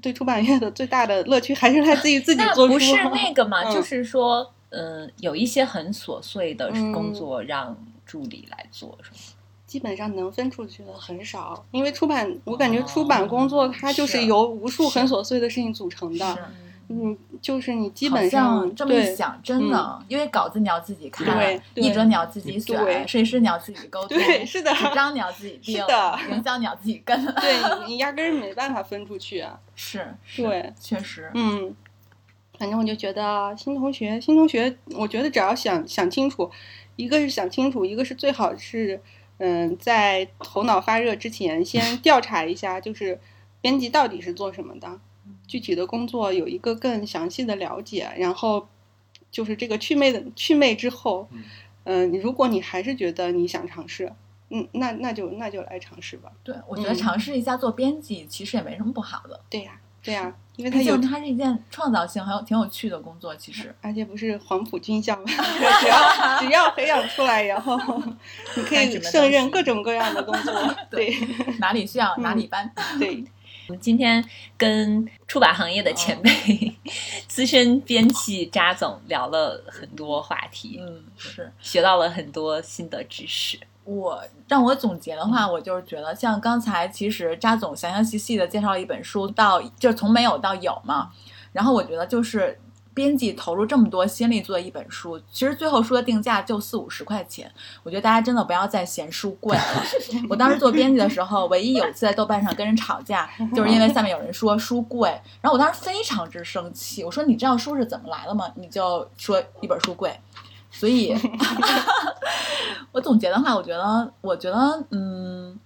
S4: 对出版业的最大的乐趣还是来自于自己
S1: 那
S4: 做书。
S1: 不是 那个嘛，
S4: 嗯
S1: 就是说，嗯，有一些很琐碎的工
S4: 嗯
S1: 作让助理来做，是吗？
S4: 基本上能分出去的很少，因为出版，我感觉出版
S2: 哦
S4: 工作它就是
S1: 是
S4: 由无数
S1: 是
S4: 很琐碎的事情组成
S2: 是
S4: 的。嗯，就是你基
S2: 好
S4: 本上
S2: 像这么一
S4: 对嗯
S2: 想，真的，因为稿子你要自己看
S4: 对，对
S2: 译者你要自己
S4: 对
S2: 选，设计师你要自己 沟通，
S4: 对是的
S2: 纸张你要自己定
S4: 是的，
S2: 营销你要自己跟，
S4: 对你压根儿没办法分出去。啊
S2: 是，是
S4: 对，
S2: 确实，
S4: 嗯，反正我就觉得新同学，新同学，我觉得只要想想清楚，一个是想清楚，一个是最好是，嗯，在头脑发热之 前先调查一下，就是编辑到底是做什么的，
S2: 嗯
S4: 具体的工作有一个更详细的了解，然后就是这个祛魅的祛魅之后，
S3: 嗯
S4: 嗯、如果你还是觉得你想尝试，嗯，那那就那就来尝试吧。
S2: 对，我觉得
S4: 嗯
S2: 尝试一下做编辑其实也没什么不好的，
S4: 对呀、对呀、因为他
S2: 毕
S4: 有
S2: 竟它是一件创造性很有挺有趣的工作，其 实
S4: 而且不是黄埔 军校吗？只要只要培养出来，然后你可
S2: 干什
S4: 以
S2: 么都
S4: 胜任
S2: 行
S4: 各种各样的工 作。对
S2: 哪里需要
S4: 嗯
S2: 哪里搬，
S4: 对，
S1: 我们今天跟出版行业的
S4: 啊
S1: 前辈、 资深编辑扎总聊了很多话题，
S2: 嗯，是。
S1: 学到了很多新的知识。
S2: 我让我总结的话，我就是觉得像刚才其实扎总详详细细的介绍了一本书到，就是从没有到有嘛。然后我觉得就是编辑投入这么多心力做一本书，其实最后书的定价就四五十块钱，我觉得大家真的不要再嫌书贵了。 我当时做编辑的时候，唯一有一次在豆瓣上跟人吵架，就是因为下面有人说书贵，然后我当时非常之生气，我说你知道书是怎么来的吗？你就说一本书贵，所以我总结的话，我觉得，我觉得，嗯，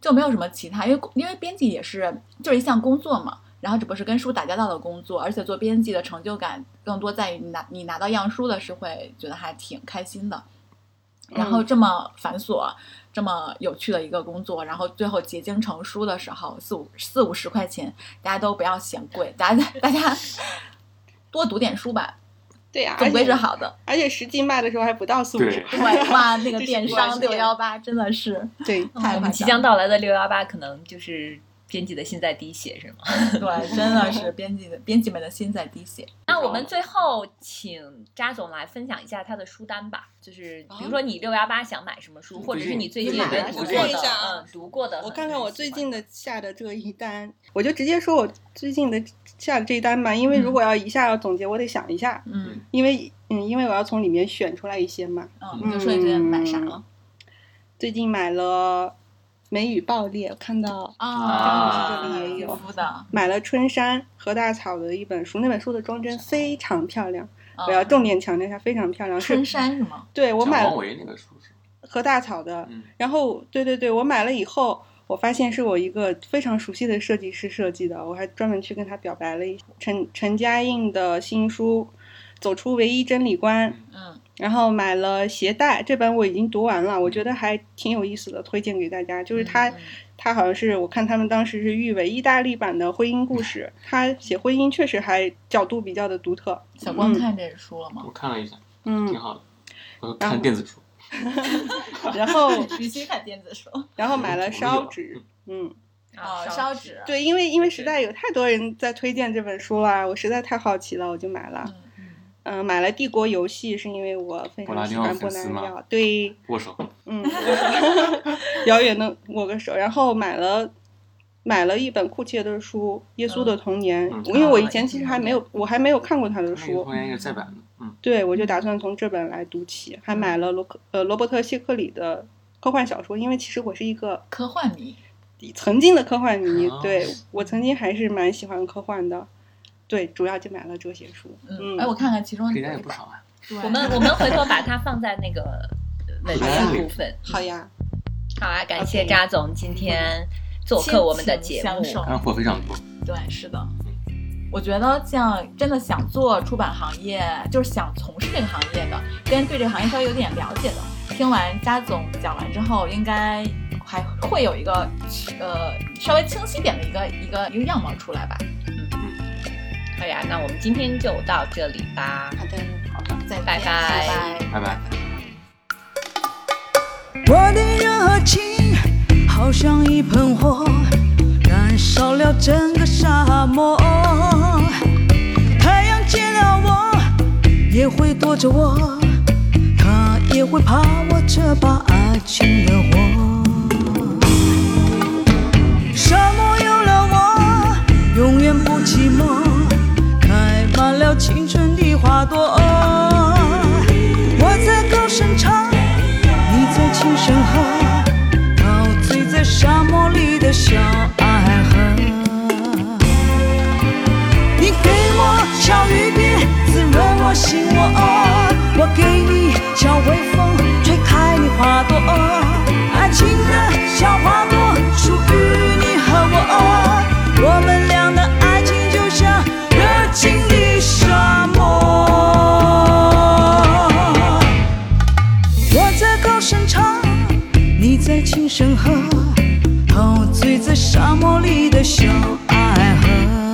S2: 就没有什么其他，因为因为编辑也是就是一项工作嘛，然后只不过是跟书打交道的工作，而且做编辑的成就感更多在于你拿你拿到样书的是会觉得还挺开心的，然后这么繁琐。这么有趣的一个工作，然后最后结晶成书的时候，四五四五十块钱，大家都不要嫌贵，大家大家 多读点书吧，
S4: 对呀、而
S2: 总归是
S4: 且
S2: 好的。
S4: 而且实际卖的时候还不到四五十
S3: 对
S2: 对
S4: 块。，
S2: 哇，那个
S4: 这是
S2: 电
S4: 关
S2: 商
S4: 键
S2: 六幺八真的是
S4: 对，
S2: 太
S1: 哦我
S2: 夸
S1: 们即将
S2: 张了。
S1: 到来的六幺八可能就是编辑的心在滴血是吗？
S4: 哦
S2: 对，真的是编辑的编辑们的心在滴血。
S1: 那我们最后请扎总来分享一下他的书单吧，就是比
S4: 哦
S1: 如说你六幺八想买什么书，或者是你最近
S5: 最近
S1: 读过
S4: 最近
S1: 的，嗯，读过的。
S4: 我看看我最近的下的这一单，我就直接说我最近的下的这一单吧，因为如果要一下要总结，我得想一下，
S2: 嗯
S4: 因为嗯，因为我要从里面选出来一些嘛。
S2: 嗯，你就说你最近买啥了？
S4: 最近买了《美语爆裂》，我看到
S2: 啊，
S4: 张老师这里也有
S2: 夫的，
S4: 买了春山和大草的一本书，那本书的装帧非常漂亮，
S2: 嗯
S4: 我要重点强调一下，非常漂亮。
S2: 春
S4: 是
S2: 山是吗？
S4: 对我
S3: 蒋
S4: 买
S3: 王
S4: 了
S3: 维那个书是吧，
S4: 和大草的，
S3: 嗯，
S4: 然后对对对，我买了以后，我发现是我一个非常熟悉的设计师设计的，我还专门去跟他表白了一陈陈嘉映的新书《走出唯一真理观》，
S2: 嗯，
S4: 然后买了鞋带这本我已经读完了，我觉
S2: 嗯
S4: 得还挺有意思的，推荐给大家。就是他，他好像是我看他们当时是誉为意大利版的婚姻故事，
S2: 嗯
S4: 他写婚姻确实还角度比较的独特，
S2: 小光看这书了吗？
S3: 我看了一下，
S4: 嗯
S3: 挺，好的。我
S4: 然后
S3: 看电子书，
S4: 然后
S2: 必须看电子书
S4: 然后买了
S3: 我读
S4: 烧
S3: 了
S4: 纸
S3: 嗯，
S4: 嗯。
S2: 啊，烧纸，
S4: 对，因为因为实在有太多人在推荐这本书了，我实在太好奇了，我就买了。
S2: 嗯嗯
S4: 嗯、买了《帝国游戏》，是因为我非
S3: 布拉
S4: 常喜
S3: 丁奥
S4: 欢
S3: 粉
S4: 波
S3: 丝
S4: 兰
S3: 吗
S4: 料。对，
S3: 握手，
S4: 嗯，遥远的我个手，然后买了。买了一本库切的书《耶稣的童年》
S3: 嗯
S4: 因为我以
S1: 啊
S4: 前其实还没有，我还没有看过他的
S3: 那个
S4: 书
S3: 同，样也有再版的，嗯，
S4: 对我就打算从这本来读起。还买了罗克呃罗伯特谢克里的科幻小说，因为其实我是一个
S2: 科幻迷，
S4: 曾经的科幻迷，
S3: 哦
S4: 对我曾经还是蛮喜欢科幻的，对，主要就买了这些书。
S2: 嗯，哎，我看看其中
S3: 这
S2: 有一
S3: 应该也
S2: 本
S3: 不，少啊。
S2: 对
S1: 我们我们回头把它放在那个文章部分。
S4: 好呀，
S1: 好啊，感谢
S4: OK
S1: 扎总今天做客我们的节
S2: 亲
S1: 目
S2: 情相。守
S3: 干货非常多，
S2: 对，是的。我觉得像真的想做出版行业，就是想从事这个行业的，跟对这个行业稍微有点了解的，听完扎总讲完之后，应该还会有一个呃稍微清晰点的一个一个一个样貌出来吧。
S1: 好哎呀，那我们今天就到这里吧。
S4: 好的。
S2: 再见
S1: 拜拜
S2: 拜拜
S3: 拜拜。
S6: 我的热情好像一盆火，燃烧了整个沙漠。太阳见到我也会躲着我，它也会怕我这把爱情的火。沙漠有了我，永远不寂寞，开满了青春的花朵。我在高声唱，你在轻声和，陶醉在沙漠里的小爱河。你给我小雨点，滋润我心窝；我给你小微风，吹开你花朵。爱情的小花朵，属于你和我。我们俩的爱情就像热情的沙漠。我在高声唱，你在轻声和，陶醉在沙漠里的小爱河。